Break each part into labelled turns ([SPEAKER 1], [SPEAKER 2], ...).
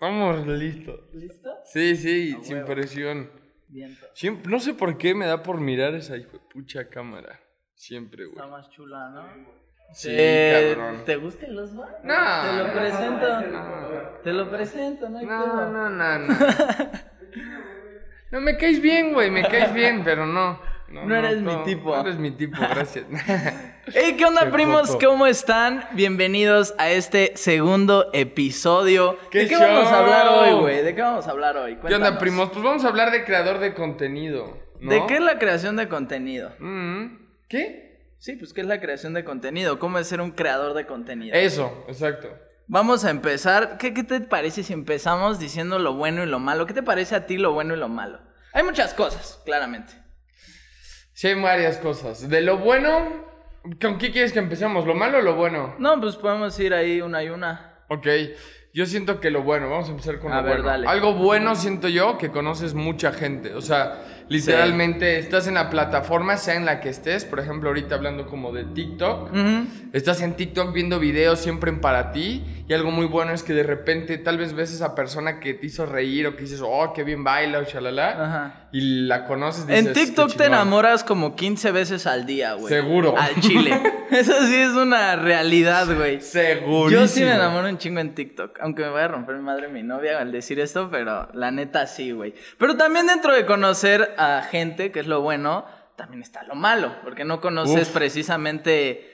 [SPEAKER 1] Vamos, listo.
[SPEAKER 2] ¿Listo?
[SPEAKER 1] Sí, sí,
[SPEAKER 2] A
[SPEAKER 1] sin
[SPEAKER 2] huevo.
[SPEAKER 1] presión.
[SPEAKER 2] Viento.
[SPEAKER 1] Siempre, no sé por qué me da por mirar esa hijo de pucha cámara. Siempre,
[SPEAKER 2] Está
[SPEAKER 1] güey.
[SPEAKER 2] más chula, ¿no?
[SPEAKER 1] Sí,
[SPEAKER 2] Eh,
[SPEAKER 1] cabrón.
[SPEAKER 2] ¿Te gusta el Osvaldo?
[SPEAKER 1] No,
[SPEAKER 2] Te lo
[SPEAKER 1] no,
[SPEAKER 2] presento.
[SPEAKER 1] no.
[SPEAKER 2] Te lo presento, no hay
[SPEAKER 1] No,
[SPEAKER 2] pedo.
[SPEAKER 1] no, no, no. No me caes bien, güey, me caes bien, pero no.
[SPEAKER 2] No eres mi tipo.
[SPEAKER 1] No eres mi tipo, gracias.
[SPEAKER 2] Hey, ¿qué onda,
[SPEAKER 1] Qué
[SPEAKER 2] primos?
[SPEAKER 1] joto.
[SPEAKER 2] ¿Cómo están? Bienvenidos a este segundo episodio.
[SPEAKER 1] ¡Qué
[SPEAKER 2] ¿De qué vamos a hablar
[SPEAKER 1] show!
[SPEAKER 2] hoy, güey? ¿De qué vamos a hablar hoy?
[SPEAKER 1] ¿Qué onda,
[SPEAKER 2] Cuéntanos.
[SPEAKER 1] primos? Pues vamos a hablar de creador de contenido. ¿no?
[SPEAKER 2] ¿De qué es la creación de contenido?
[SPEAKER 1] Mm, ¿Qué?
[SPEAKER 2] Sí, pues, ¿qué es la creación de contenido? ¿Cómo es ser un creador de contenido?
[SPEAKER 1] Eso, exacto.
[SPEAKER 2] Vamos a empezar. ¿Qué, qué te parece si empezamos diciendo lo bueno y lo malo? ¿Qué te parece a ti lo bueno y lo malo? Hay muchas cosas, claramente.
[SPEAKER 1] Sí, hay varias cosas. De lo bueno, ¿con qué quieres que empecemos? ¿Lo malo o lo bueno?
[SPEAKER 2] No, pues podemos ir ahí una y una.
[SPEAKER 1] Ok, yo siento que lo bueno, vamos a empezar con
[SPEAKER 2] A
[SPEAKER 1] lo
[SPEAKER 2] ver,
[SPEAKER 1] bueno.
[SPEAKER 2] dale.
[SPEAKER 1] Algo bueno siento yo que conoces mucha gente. O sea, literalmente estás en la plataforma, sea en la que estés. Por ejemplo, ahorita hablando como de TikTok.
[SPEAKER 2] Ujú.
[SPEAKER 1] Estás en TikTok viendo videos siempre en para ti y algo muy bueno es que de repente tal vez ves esa persona que te hizo reír o que dices, oh, qué bien baila o shalala
[SPEAKER 2] Ajá.
[SPEAKER 1] y la conoces. Dices,
[SPEAKER 2] En
[SPEAKER 1] "Qué
[SPEAKER 2] TikTok te
[SPEAKER 1] chingón".
[SPEAKER 2] enamoras como 15 veces al día, güey.
[SPEAKER 1] Seguro.
[SPEAKER 2] Al chile. Eso sí es una realidad, güey.
[SPEAKER 1] Segurísimo.
[SPEAKER 2] Yo sí me enamoro un chingo en TikTok, aunque me vaya a romper mi madre mi novia al decir esto, pero la neta sí, güey. Pero también dentro de conocer a gente, que es lo bueno, también está lo malo, porque no conoces
[SPEAKER 1] Uf.
[SPEAKER 2] precisamente,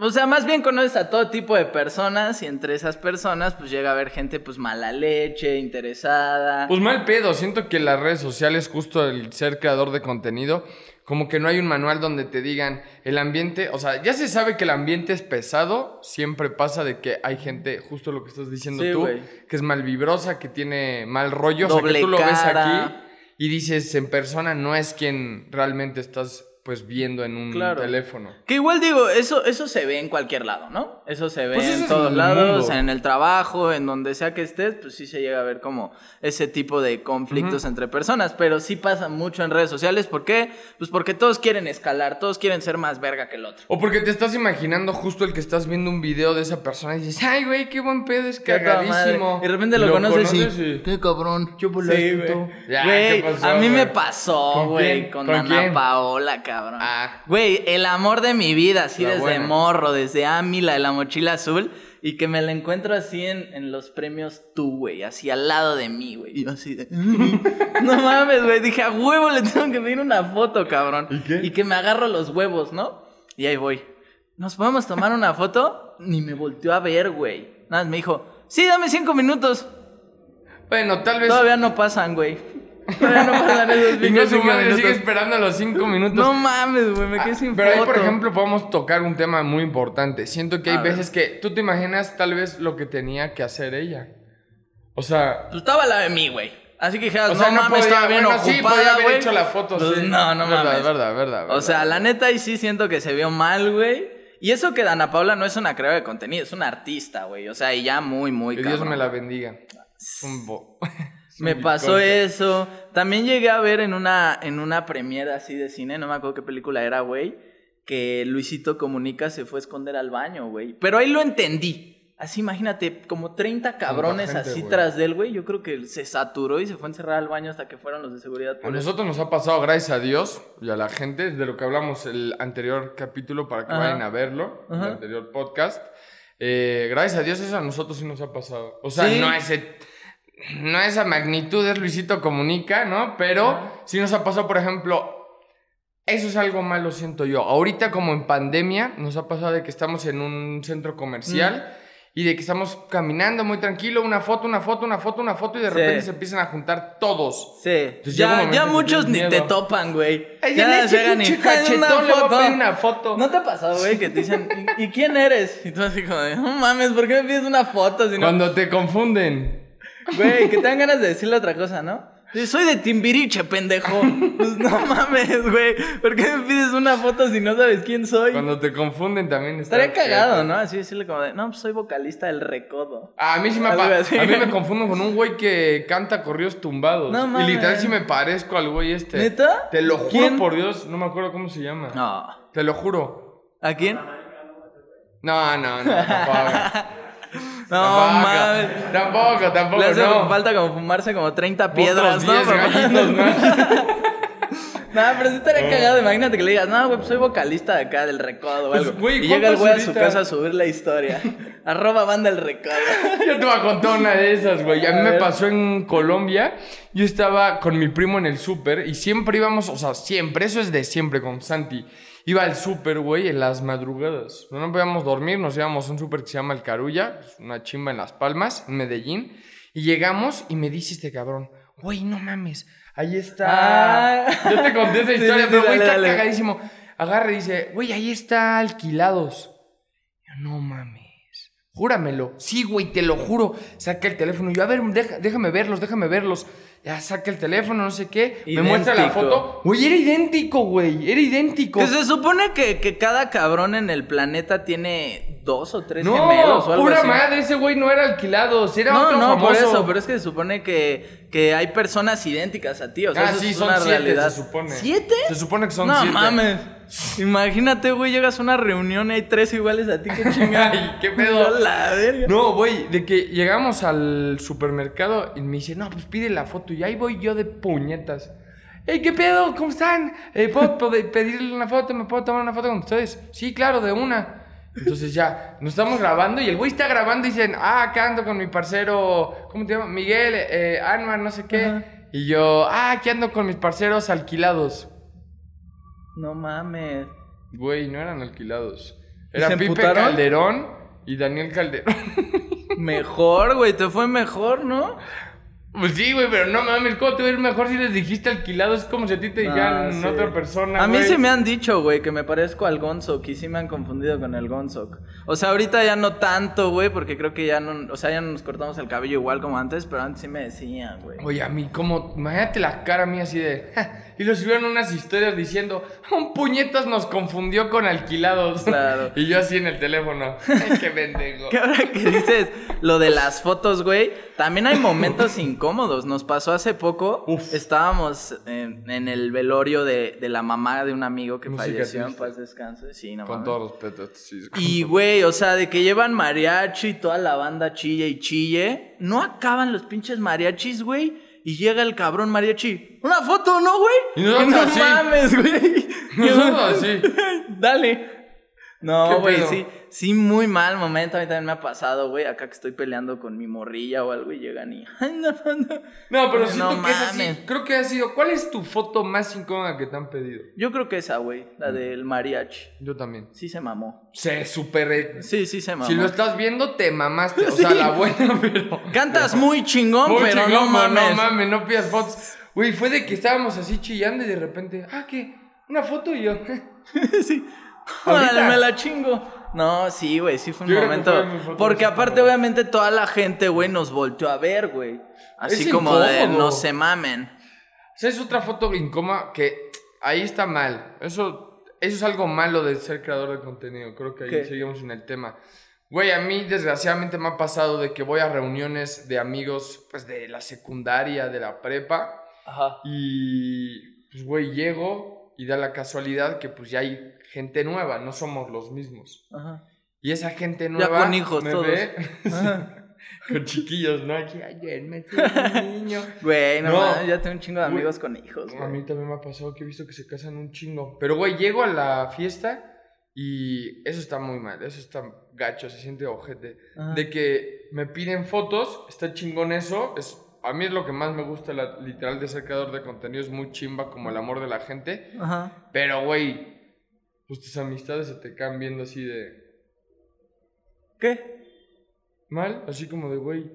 [SPEAKER 2] o sea, más bien conoces a todo tipo de personas y entre esas personas pues llega a haber gente pues mala leche, interesada.
[SPEAKER 1] Pues mal pedo, siento que las redes sociales, justo el ser creador de contenido, como que no hay un manual donde te digan el ambiente, o sea, ya se sabe que el ambiente es pesado, siempre pasa de que hay gente, justo lo que estás diciendo
[SPEAKER 2] Sí,
[SPEAKER 1] tú,
[SPEAKER 2] güey.
[SPEAKER 1] que es malvibrosa, que tiene mal rollo, o sea,
[SPEAKER 2] Doble
[SPEAKER 1] que tú lo ves
[SPEAKER 2] cara.
[SPEAKER 1] aquí y dices en persona no es quien realmente estás pues viendo en un
[SPEAKER 2] Claro.
[SPEAKER 1] teléfono.
[SPEAKER 2] Que igual digo, eso, eso se ve en cualquier lado, ¿no? Eso se ve
[SPEAKER 1] Pues eso
[SPEAKER 2] en
[SPEAKER 1] es
[SPEAKER 2] todos
[SPEAKER 1] el
[SPEAKER 2] lados,
[SPEAKER 1] mundo.
[SPEAKER 2] en el trabajo, en donde sea que estés, pues sí se llega a ver como ese tipo de conflictos entre personas, pero sí pasa mucho en redes sociales, ¿por qué? Pues porque todos quieren escalar, todos quieren ser más verga que el otro.
[SPEAKER 1] O porque te estás imaginando justo el que estás viendo un video de esa persona y dices, ay, güey, qué buen pedo, es
[SPEAKER 2] Qué toda
[SPEAKER 1] cagadísimo.
[SPEAKER 2] madre. Y de repente lo, conoces, y...
[SPEAKER 1] y-
[SPEAKER 2] Qué cabrón.
[SPEAKER 1] Yo por
[SPEAKER 2] Sí,
[SPEAKER 1] las puto.
[SPEAKER 2] güey.
[SPEAKER 1] Ya,
[SPEAKER 2] Güey,
[SPEAKER 1] ¿qué pasó,
[SPEAKER 2] a mí
[SPEAKER 1] güey?
[SPEAKER 2] me pasó,
[SPEAKER 1] ¿Con
[SPEAKER 2] güey,
[SPEAKER 1] quién?
[SPEAKER 2] con,
[SPEAKER 1] ¿Con
[SPEAKER 2] Ana
[SPEAKER 1] quién?
[SPEAKER 2] Paola, cabrón.
[SPEAKER 1] Ah.
[SPEAKER 2] Güey, el amor de mi vida, así
[SPEAKER 1] La
[SPEAKER 2] desde
[SPEAKER 1] buena.
[SPEAKER 2] morro, desde Ami, la de la mochila azul, y que me la encuentro así en, en los premios tú, güey, así al lado de mí, güey. Y yo así de... no mames, güey, dije, a huevo le tengo que pedir una foto, cabrón.
[SPEAKER 1] ¿Y qué?
[SPEAKER 2] Y que me agarro los huevos, ¿no? Y ahí voy. ¿Nos podemos tomar una foto? Ni me volteó a ver, güey. Nada más me dijo, sí, dame cinco minutos.
[SPEAKER 1] Bueno, tal vez.
[SPEAKER 2] Todavía no pasan, güey. Todavía no pasan esos
[SPEAKER 1] y no
[SPEAKER 2] pinches
[SPEAKER 1] su
[SPEAKER 2] cinco
[SPEAKER 1] madre sigue
[SPEAKER 2] minutos.
[SPEAKER 1] esperando a los cinco minutos.
[SPEAKER 2] No mames, güey, me quedé
[SPEAKER 1] Ah,
[SPEAKER 2] sin
[SPEAKER 1] Pero ahí,
[SPEAKER 2] foto.
[SPEAKER 1] por ejemplo, podemos tocar un tema muy importante. Siento que hay
[SPEAKER 2] A ver.
[SPEAKER 1] veces que tú te imaginas tal vez lo que tenía que hacer ella. O sea,
[SPEAKER 2] Pues estaba la de mí, güey. Así que dijeras,
[SPEAKER 1] o sea
[SPEAKER 2] Pues no, mames,
[SPEAKER 1] podía-
[SPEAKER 2] estaba bien
[SPEAKER 1] bueno, sí,
[SPEAKER 2] ocupada,
[SPEAKER 1] podía haber
[SPEAKER 2] güey.
[SPEAKER 1] hecho la foto.
[SPEAKER 2] Pues,
[SPEAKER 1] sí.
[SPEAKER 2] No, no
[SPEAKER 1] verdad,
[SPEAKER 2] mames.
[SPEAKER 1] Verdad, verdad,
[SPEAKER 2] O sea, la neta ahí sí siento que se vio mal, güey. Y eso que Dana Paula no es una creadora de contenido, es una artista, güey. O sea, y ya muy, muy
[SPEAKER 1] Que
[SPEAKER 2] cabrón.
[SPEAKER 1] Dios me la bendiga. Es un bo- es un
[SPEAKER 2] Me pasó
[SPEAKER 1] bizcocho.
[SPEAKER 2] eso. También llegué a ver en una, en una premiere así de cine, no me acuerdo qué película era, güey, que Luisito Comunica se fue a esconder al baño, güey. Pero ahí lo entendí. Así, imagínate, como 30 cabrones
[SPEAKER 1] gente,
[SPEAKER 2] así
[SPEAKER 1] güey.
[SPEAKER 2] tras de él, güey. Yo creo que se saturó y se fue a encerrar al baño hasta que fueron los de
[SPEAKER 1] A
[SPEAKER 2] seguridad. Por eso.
[SPEAKER 1] nosotros nos ha pasado, gracias a Dios y a la gente, de lo que hablamos el anterior capítulo para que
[SPEAKER 2] Ajá.
[SPEAKER 1] vayan a verlo,
[SPEAKER 2] Ajá.
[SPEAKER 1] el anterior podcast. Eh, gracias a Dios eso a nosotros sí nos ha pasado. O sea,
[SPEAKER 2] Sí.
[SPEAKER 1] no a ese- no a esa magnitud es Luisito Comunica, ¿no? Pero
[SPEAKER 2] Ajá.
[SPEAKER 1] sí nos ha pasado, por ejemplo, eso es algo malo, siento yo. Ahorita como en pandemia nos ha pasado de que estamos en un centro comercial.
[SPEAKER 2] Mm.
[SPEAKER 1] Y de que estamos caminando muy tranquilo, una foto, una foto, una foto, una foto, y de
[SPEAKER 2] Sí.
[SPEAKER 1] repente se empiezan a juntar todos.
[SPEAKER 2] Sí.
[SPEAKER 1] Entonces Pues llega un
[SPEAKER 2] Ya,
[SPEAKER 1] momento
[SPEAKER 2] ya
[SPEAKER 1] que
[SPEAKER 2] muchos
[SPEAKER 1] tienes
[SPEAKER 2] ni te
[SPEAKER 1] miedo.
[SPEAKER 2] topan, güey.
[SPEAKER 1] Ay,
[SPEAKER 2] Ya
[SPEAKER 1] en
[SPEAKER 2] nada,
[SPEAKER 1] ese
[SPEAKER 2] llegan y,
[SPEAKER 1] pinche
[SPEAKER 2] "Ay, una
[SPEAKER 1] cachetón le voy a
[SPEAKER 2] foto".
[SPEAKER 1] pedir una foto.
[SPEAKER 2] ¿No te ha pasado, güey, que te dicen, ¿y, y quién eres? Y tú así como de, no mames, ¿por qué me pides una foto? Si no
[SPEAKER 1] Cuando te confunden.
[SPEAKER 2] Güey, que te dan ganas de decirle otra cosa, ¿no? Sí, Soy de Timbiriche, pendejo. Pues no mames, güey. ¿Por qué me pides una foto si no sabes quién soy?
[SPEAKER 1] Cuando te confunden también está
[SPEAKER 2] Estaría
[SPEAKER 1] feo.
[SPEAKER 2] cagado, ¿no? Así decirle como de, no, pues soy vocalista del Recodo.
[SPEAKER 1] A mí sí me ha
[SPEAKER 2] Algo
[SPEAKER 1] pa-
[SPEAKER 2] así.
[SPEAKER 1] A mí me confundo con un güey que canta corridos tumbados.
[SPEAKER 2] No
[SPEAKER 1] y literal
[SPEAKER 2] mames.
[SPEAKER 1] sí me parezco al güey este.
[SPEAKER 2] ¿Neta?
[SPEAKER 1] Te lo juro
[SPEAKER 2] ¿Quién?
[SPEAKER 1] por Dios, no me acuerdo cómo se llama.
[SPEAKER 2] No.
[SPEAKER 1] Te lo juro.
[SPEAKER 2] ¿A quién?
[SPEAKER 1] No, no, no, no, no.
[SPEAKER 2] No mames.
[SPEAKER 1] Tampoco, tampoco,
[SPEAKER 2] Le hace
[SPEAKER 1] no.
[SPEAKER 2] falta como fumarse como 30 piedras,
[SPEAKER 1] Otros 10
[SPEAKER 2] ¿no? papá?
[SPEAKER 1] gallitos más.
[SPEAKER 2] Nah, pero sí estaría cagado. Imagínate que le digas, no, güey, pues soy vocalista de acá del recodo o
[SPEAKER 1] Pues,
[SPEAKER 2] algo.
[SPEAKER 1] güey,
[SPEAKER 2] y llega el
[SPEAKER 1] ¿cuántas
[SPEAKER 2] güey a su
[SPEAKER 1] ahorita?
[SPEAKER 2] casa a subir la historia. Arroba banda el recodo.
[SPEAKER 1] Yo te voy a contar una de esas, güey. A mí
[SPEAKER 2] A
[SPEAKER 1] me
[SPEAKER 2] ver.
[SPEAKER 1] pasó en Colombia. Yo estaba con mi primo en el súper y siempre íbamos, o sea, siempre, eso es de siempre con Santi. Iba al súper, güey, en las madrugadas. No nos podíamos dormir, nos íbamos a un súper que se llama El Carulla, es una chimba en Las Palmas, en Medellín. Y llegamos y me dice este cabrón, güey, no mames, ahí está.
[SPEAKER 2] Ah.
[SPEAKER 1] Yo te conté esa
[SPEAKER 2] Sí,
[SPEAKER 1] historia,
[SPEAKER 2] sí, sí,
[SPEAKER 1] pero güey,
[SPEAKER 2] dale,
[SPEAKER 1] está
[SPEAKER 2] dale.
[SPEAKER 1] cagadísimo. Agarra y dice, güey, ahí está alquilados. Yo, no mames. Júramelo. Sí, güey, te lo juro. Saca el teléfono. Yo, a ver, deja- déjame verlos, déjame verlos. Ya saca el teléfono, no sé qué. Me muestra la
[SPEAKER 2] Idéntico.
[SPEAKER 1] foto. Güey, era idéntico, güey. Era idéntico.
[SPEAKER 2] Que se supone que, que cada cabrón en el planeta tiene dos o tres
[SPEAKER 1] No,
[SPEAKER 2] gemelos o algo
[SPEAKER 1] pura
[SPEAKER 2] así.
[SPEAKER 1] madre, ese güey no era alquilados, era
[SPEAKER 2] No,
[SPEAKER 1] otro
[SPEAKER 2] no,
[SPEAKER 1] famoso.
[SPEAKER 2] por eso, pero es que se supone que, que hay personas idénticas a ti. O sea,
[SPEAKER 1] Ah,
[SPEAKER 2] eso
[SPEAKER 1] sí,
[SPEAKER 2] es
[SPEAKER 1] son
[SPEAKER 2] una
[SPEAKER 1] siete,
[SPEAKER 2] realidad.
[SPEAKER 1] se supone.
[SPEAKER 2] ¿Siete?
[SPEAKER 1] Se supone que son
[SPEAKER 2] no
[SPEAKER 1] siete.
[SPEAKER 2] mames. Imagínate, güey, llegas a una reunión y hay tres iguales a ti, qué chingada.
[SPEAKER 1] Ay, qué pedo.
[SPEAKER 2] No, la verga.
[SPEAKER 1] No, güey, de que llegamos al supermercado y me dice, no, pues pide la foto y ahí voy yo de puñetas. Ey, ¿qué pedo? ¿Cómo están? Eh, ¿Puedo pode- pedirle una foto? ¿Me puedo tomar una foto con ustedes? Sí, claro, de una. Entonces ya, nos estamos grabando y el güey está grabando y dicen, ah, acá ando con mi parcero, ¿cómo te llamas? Miguel, eh, Anwar, no sé qué.
[SPEAKER 2] Ajá.
[SPEAKER 1] Y yo, ah, aquí ando con mis parceros alquilados.
[SPEAKER 2] No mames.
[SPEAKER 1] Güey, no eran alquilados.
[SPEAKER 2] ¿Y
[SPEAKER 1] Era
[SPEAKER 2] se
[SPEAKER 1] Pipe
[SPEAKER 2] emputaron?
[SPEAKER 1] Calderón y Daniel Calderón.
[SPEAKER 2] Mejor, güey, te fue mejor, ¿no?
[SPEAKER 1] Pues sí, güey, pero no mames, ¿cómo te va a ir mejor si les dijiste alquilado? Es como si a ti te dijeran
[SPEAKER 2] Ah, sí.
[SPEAKER 1] otra persona.
[SPEAKER 2] A mí
[SPEAKER 1] güey.
[SPEAKER 2] se me han dicho, güey, que me parezco al Gonzok y sí me han confundido con el Gonzok. O sea, ahorita ya no tanto, güey, porque creo que ya no, o sea, ya no nos cortamos el cabello igual como antes, pero antes sí me decían, güey.
[SPEAKER 1] Oye, a mí, como. Imagínate la cara mía así de. "Ja", Y lo subieron unas historias diciendo: Un puñetas nos confundió con alquilados.
[SPEAKER 2] Claro.
[SPEAKER 1] y yo así en el teléfono. Ay, qué pendejo.
[SPEAKER 2] Que ahora que dices lo de las fotos, güey, también hay momentos incómodos. Nos pasó hace poco,
[SPEAKER 1] Uf.
[SPEAKER 2] estábamos en, en el velorio de, de la mamá de un amigo que
[SPEAKER 1] Música
[SPEAKER 2] falleció en
[SPEAKER 1] triste.
[SPEAKER 2] paz descanse. Sí, no
[SPEAKER 1] con
[SPEAKER 2] mames.
[SPEAKER 1] todo respeto, esto sí es-
[SPEAKER 2] Y, güey, o sea, de que llevan mariachi y toda la banda chille y chille. No acaban los pinches mariachis, güey. Y llega el cabrón mariachi. ¡Una foto, no, güey!
[SPEAKER 1] Y nosotros
[SPEAKER 2] no
[SPEAKER 1] así.
[SPEAKER 2] mames, güey.
[SPEAKER 1] Nosotros así.
[SPEAKER 2] Dale.
[SPEAKER 1] ¿Qué
[SPEAKER 2] No, güey,
[SPEAKER 1] pedo?
[SPEAKER 2] sí. Sí, muy mal momento. A mí también me ha pasado, güey. Acá que estoy peleando con mi morrilla o algo y llegan y. "Ay, no, no".
[SPEAKER 1] No, pero
[SPEAKER 2] No
[SPEAKER 1] siento que es así.
[SPEAKER 2] mames.
[SPEAKER 1] Creo que ha sido. ¿Cuál es tu foto más incómoda que te han pedido?
[SPEAKER 2] Yo creo que esa, güey.
[SPEAKER 1] Mm.
[SPEAKER 2] La del mariachi.
[SPEAKER 1] Yo también.
[SPEAKER 2] Sí se mamó.
[SPEAKER 1] Se super.
[SPEAKER 2] Sí, sí se mamó.
[SPEAKER 1] Si lo estás viendo, te mamaste. O sea,
[SPEAKER 2] Sí.
[SPEAKER 1] la buena, pero.
[SPEAKER 2] Cantas muy chingón,
[SPEAKER 1] Muy
[SPEAKER 2] pero no
[SPEAKER 1] chingón, pero
[SPEAKER 2] mames.
[SPEAKER 1] No mames, no pidas fotos. Güey, fue de que estábamos así chillando y de repente, ah, ¿qué? Una foto y yo. Yo
[SPEAKER 2] sí.
[SPEAKER 1] Ahorita.
[SPEAKER 2] Órale, me la chingo. No, sí, güey, sí fue un
[SPEAKER 1] Yo creo que
[SPEAKER 2] momento.
[SPEAKER 1] fue mi foto
[SPEAKER 2] Porque
[SPEAKER 1] más
[SPEAKER 2] aparte,
[SPEAKER 1] incómoda.
[SPEAKER 2] obviamente, toda la gente, güey, nos volteó a ver, güey. Así
[SPEAKER 1] Es
[SPEAKER 2] como de
[SPEAKER 1] incómodo.
[SPEAKER 2] no se mamen.
[SPEAKER 1] ¿Sabes otra foto incómoda que ahí está mal? Eso, eso es algo malo de ser creador de contenido. Creo que ahí
[SPEAKER 2] ¿Qué?
[SPEAKER 1] seguimos en el tema. Güey, a mí desgraciadamente me ha pasado de que voy a reuniones de amigos, pues de la secundaria, de la prepa,
[SPEAKER 2] Ajá.
[SPEAKER 1] Y pues, güey, llego y da la casualidad que pues ya hay gente nueva, no somos los mismos.
[SPEAKER 2] Ajá.
[SPEAKER 1] Y esa gente nueva
[SPEAKER 2] con hijos
[SPEAKER 1] me
[SPEAKER 2] todos.
[SPEAKER 1] ve
[SPEAKER 2] Ajá.
[SPEAKER 1] con chiquillos, ¿no? Aquí ayer me tuve un niño.
[SPEAKER 2] Güey, no,
[SPEAKER 1] No.
[SPEAKER 2] mames, ya tengo un chingo de
[SPEAKER 1] Güey.
[SPEAKER 2] amigos con hijos,
[SPEAKER 1] A
[SPEAKER 2] güey.
[SPEAKER 1] mí también me ha pasado que he visto que se casan un chingo. Pero, güey, llego a la fiesta y eso está muy mal, eso está gacho, se siente ojete.
[SPEAKER 2] Ajá.
[SPEAKER 1] De que me piden fotos, está chingón eso. Es, a mí es lo que más me gusta, la, literal, de ser creador de contenido. Es muy chimba, como el amor de la gente.
[SPEAKER 2] Ajá.
[SPEAKER 1] Pero, güey, pues tus amistades se te quedan viendo así de
[SPEAKER 2] ¿Qué?
[SPEAKER 1] mal, así como de, güey,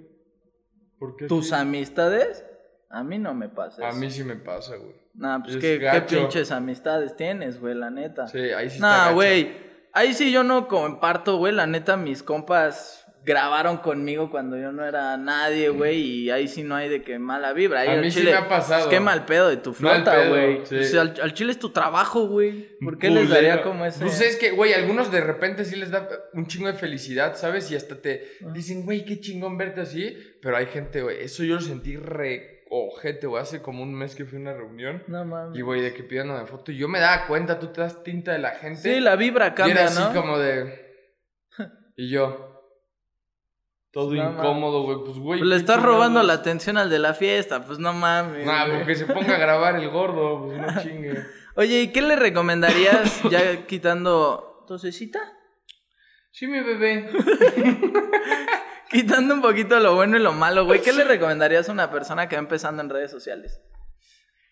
[SPEAKER 1] ¿por qué?
[SPEAKER 2] ¿Tus
[SPEAKER 1] aquí?
[SPEAKER 2] amistades? A mí no me pasa
[SPEAKER 1] A
[SPEAKER 2] eso.
[SPEAKER 1] mí sí me pasa, güey.
[SPEAKER 2] Nah, pues
[SPEAKER 1] es
[SPEAKER 2] qué, qué
[SPEAKER 1] gacho.
[SPEAKER 2] pinches amistades tienes, güey, la neta.
[SPEAKER 1] Sí, ahí sí está
[SPEAKER 2] Nah,
[SPEAKER 1] gacho.
[SPEAKER 2] güey. Ahí sí yo no comparto, güey. La neta, mis compas grabaron conmigo cuando yo no era nadie, güey. Y ahí sí no hay de que mala vibra. Ahí
[SPEAKER 1] A
[SPEAKER 2] al
[SPEAKER 1] mí sí
[SPEAKER 2] chile,
[SPEAKER 1] me ha pasado.
[SPEAKER 2] pues, qué mal pedo de tu
[SPEAKER 1] Mal
[SPEAKER 2] flota,
[SPEAKER 1] pedo,
[SPEAKER 2] güey.
[SPEAKER 1] sí.
[SPEAKER 2] O sea, al, al chile es tu trabajo, güey. ¿Por qué les
[SPEAKER 1] Culero.
[SPEAKER 2] daría como ese?
[SPEAKER 1] Pues es que, güey, algunos de repente sí les da un chingo de felicidad, ¿sabes? Y hasta te dicen, güey, qué chingón verte así. Pero hay gente, güey, eso yo lo sentí re ojete, güey. Hace como un mes que fui a una reunión.
[SPEAKER 2] No mames.
[SPEAKER 1] Y, güey, de que pidan una foto. Y yo me daba cuenta, tú te das tinta de la gente.
[SPEAKER 2] Sí, la vibra
[SPEAKER 1] Y era
[SPEAKER 2] cambia,
[SPEAKER 1] así
[SPEAKER 2] ¿no?
[SPEAKER 1] como de. Y yo. Todo
[SPEAKER 2] No mames.
[SPEAKER 1] incómodo, güey. Pues, güey.
[SPEAKER 2] Pues le
[SPEAKER 1] ¿qué
[SPEAKER 2] estás
[SPEAKER 1] chingados?
[SPEAKER 2] robando la atención al de la fiesta, pues no mames.
[SPEAKER 1] Nah,
[SPEAKER 2] güey.
[SPEAKER 1] porque se ponga a grabar el gordo, pues no chingue.
[SPEAKER 2] Oye, ¿y qué le recomendarías ya quitando tosecita?
[SPEAKER 1] Sí, mi bebé.
[SPEAKER 2] Quitando un poquito lo bueno y lo malo, güey. ¿Qué le recomendarías a una persona que va empezando en redes sociales?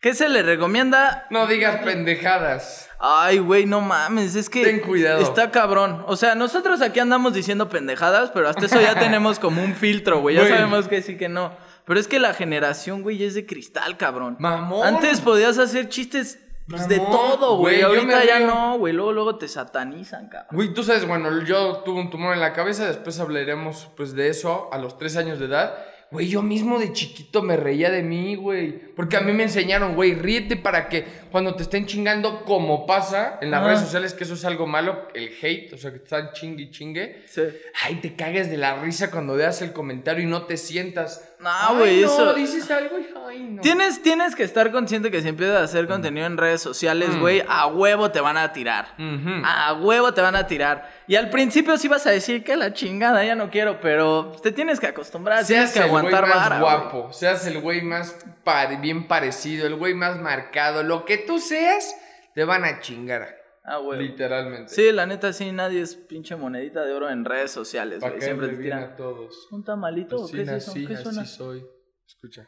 [SPEAKER 2] ¿Qué se le recomienda?
[SPEAKER 1] No digas pendejadas.
[SPEAKER 2] Ay, güey, no mames, es que...
[SPEAKER 1] Ten cuidado.
[SPEAKER 2] Está cabrón. O sea, nosotros aquí andamos diciendo pendejadas, pero hasta eso ya tenemos como un filtro, güey. Ya
[SPEAKER 1] Güey.
[SPEAKER 2] sabemos que sí, que no. Pero es que la generación, güey, es de cristal, cabrón.
[SPEAKER 1] Mamón.
[SPEAKER 2] Antes podías hacer chistes pues, de
[SPEAKER 1] Mamón,
[SPEAKER 2] todo, güey.
[SPEAKER 1] güey, yo me
[SPEAKER 2] Ahorita ya
[SPEAKER 1] río.
[SPEAKER 2] no, güey. Luego, luego te satanizan, cabrón.
[SPEAKER 1] Güey, tú sabes, bueno, yo tuve un tumor en la cabeza, después hablaremos pues de eso a los tres años de edad. Güey, yo mismo de chiquito me reía de mí, güey. Porque a mí me enseñaron, güey, ríete para que cuando te estén chingando, como pasa en las
[SPEAKER 2] Ah.
[SPEAKER 1] redes sociales, que eso es algo malo, el hate, o sea, que te están chingue y chingue.
[SPEAKER 2] Sí.
[SPEAKER 1] Ay, te cagues de la risa cuando veas el comentario y no te sientas.
[SPEAKER 2] No,
[SPEAKER 1] Ay,
[SPEAKER 2] güey, eso-
[SPEAKER 1] No, dices algo y ay, no.
[SPEAKER 2] Tienes, tienes que estar consciente que si empiezas a
[SPEAKER 1] Mm.
[SPEAKER 2] hacer contenido en redes sociales, güey, a huevo te van a tirar.
[SPEAKER 1] Ujú.
[SPEAKER 2] A huevo te van a tirar. Y al principio sí vas a decir que la chingada, ya no quiero, pero te tienes que acostumbrar, tienes
[SPEAKER 1] Seas
[SPEAKER 2] que
[SPEAKER 1] el güey
[SPEAKER 2] aguantar
[SPEAKER 1] más
[SPEAKER 2] vara. güey.
[SPEAKER 1] guapo, seas el güey más pare- bien parecido, el güey más marcado, lo que tú seas, te van a chingar.
[SPEAKER 2] A huevo.
[SPEAKER 1] Literalmente.
[SPEAKER 2] Sí, la neta, sí, nadie es pinche monedita de oro en redes sociales,
[SPEAKER 1] Para
[SPEAKER 2] güey.
[SPEAKER 1] que
[SPEAKER 2] Siempre
[SPEAKER 1] siempre
[SPEAKER 2] te
[SPEAKER 1] bien
[SPEAKER 2] tiran.
[SPEAKER 1] a todos.
[SPEAKER 2] ¿Un tamalito o qué es
[SPEAKER 1] Pues Así,
[SPEAKER 2] eso?
[SPEAKER 1] así,
[SPEAKER 2] ¿Qué
[SPEAKER 1] así
[SPEAKER 2] suena?
[SPEAKER 1] soy. Escucha.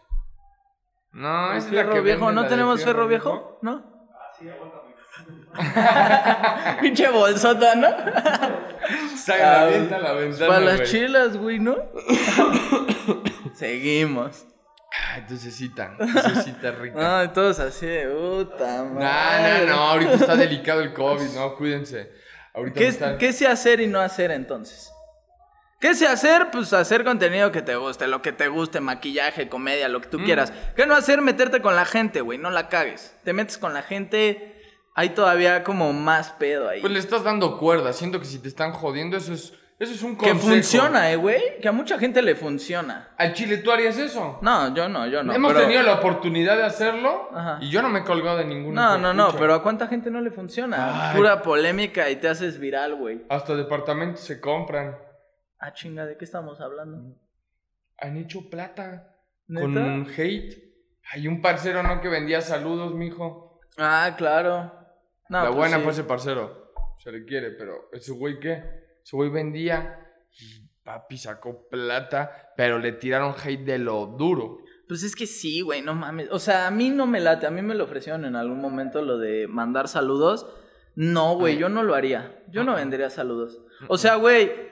[SPEAKER 1] No,
[SPEAKER 2] Ah,
[SPEAKER 1] es la
[SPEAKER 2] ferro
[SPEAKER 1] que
[SPEAKER 2] viejo,
[SPEAKER 1] venden, la
[SPEAKER 2] ¿no
[SPEAKER 1] de Ah,
[SPEAKER 2] tenemos ferro viejo? ¿No? Pinche bolsota, ¿no?
[SPEAKER 1] Saca la
[SPEAKER 2] Ah,
[SPEAKER 1] venta, la ventana,
[SPEAKER 2] Para las
[SPEAKER 1] güey.
[SPEAKER 2] chelas, güey, ¿no? Seguimos.
[SPEAKER 1] Ay, dulcecita, dulcecita Ah, rica.
[SPEAKER 2] No, todos así de puta
[SPEAKER 1] No,
[SPEAKER 2] madre.
[SPEAKER 1] no, no, ahorita está delicado el COVID, no, cuídense. Ahorita
[SPEAKER 2] ¿Qué,
[SPEAKER 1] no están-
[SPEAKER 2] qué sé hacer y no hacer entonces? ¿Qué sé hacer? Pues hacer contenido que te guste, lo que te guste, maquillaje, comedia, lo que tú quieras. ¿Qué no hacer? Meterte con la gente, güey, no la cagues. Te metes con la gente, hay todavía como más pedo ahí.
[SPEAKER 1] Pues le estás dando cuerda, siento que si te están jodiendo, eso es, eso es un
[SPEAKER 2] que
[SPEAKER 1] consejo.
[SPEAKER 2] funciona, eh, güey. Que a mucha gente le funciona.
[SPEAKER 1] ¿Al chile tú harías eso?
[SPEAKER 2] No, yo no, yo no.
[SPEAKER 1] Hemos
[SPEAKER 2] pero-
[SPEAKER 1] tenido la oportunidad de hacerlo
[SPEAKER 2] Ajá.
[SPEAKER 1] y yo no me he colgado de ningún
[SPEAKER 2] No, no, no,
[SPEAKER 1] hijuepucha.
[SPEAKER 2] pero ¿a cuánta gente no le funciona?
[SPEAKER 1] Ay.
[SPEAKER 2] Pura polémica y te haces viral, güey.
[SPEAKER 1] Hasta departamentos se compran.
[SPEAKER 2] Ah, chinga, ¿de qué estamos hablando?
[SPEAKER 1] Han hecho plata
[SPEAKER 2] ¿Neta?
[SPEAKER 1] con hate. Hay un parcero, ¿no? Que vendía saludos, mijo.
[SPEAKER 2] Ah, claro. No,
[SPEAKER 1] la
[SPEAKER 2] pues
[SPEAKER 1] buena
[SPEAKER 2] sí.
[SPEAKER 1] fue ese parcero. Se le quiere, pero ese güey, ¿qué? Ese güey vendía y papi sacó plata, pero le tiraron hate de lo duro.
[SPEAKER 2] Pues es que sí, güey, no mames. O sea, a mí no me late. A mí me lo ofrecieron en algún momento lo de mandar saludos. No,
[SPEAKER 1] Ah.
[SPEAKER 2] güey, yo no lo haría. Yo no vendería saludos. O sea, güey,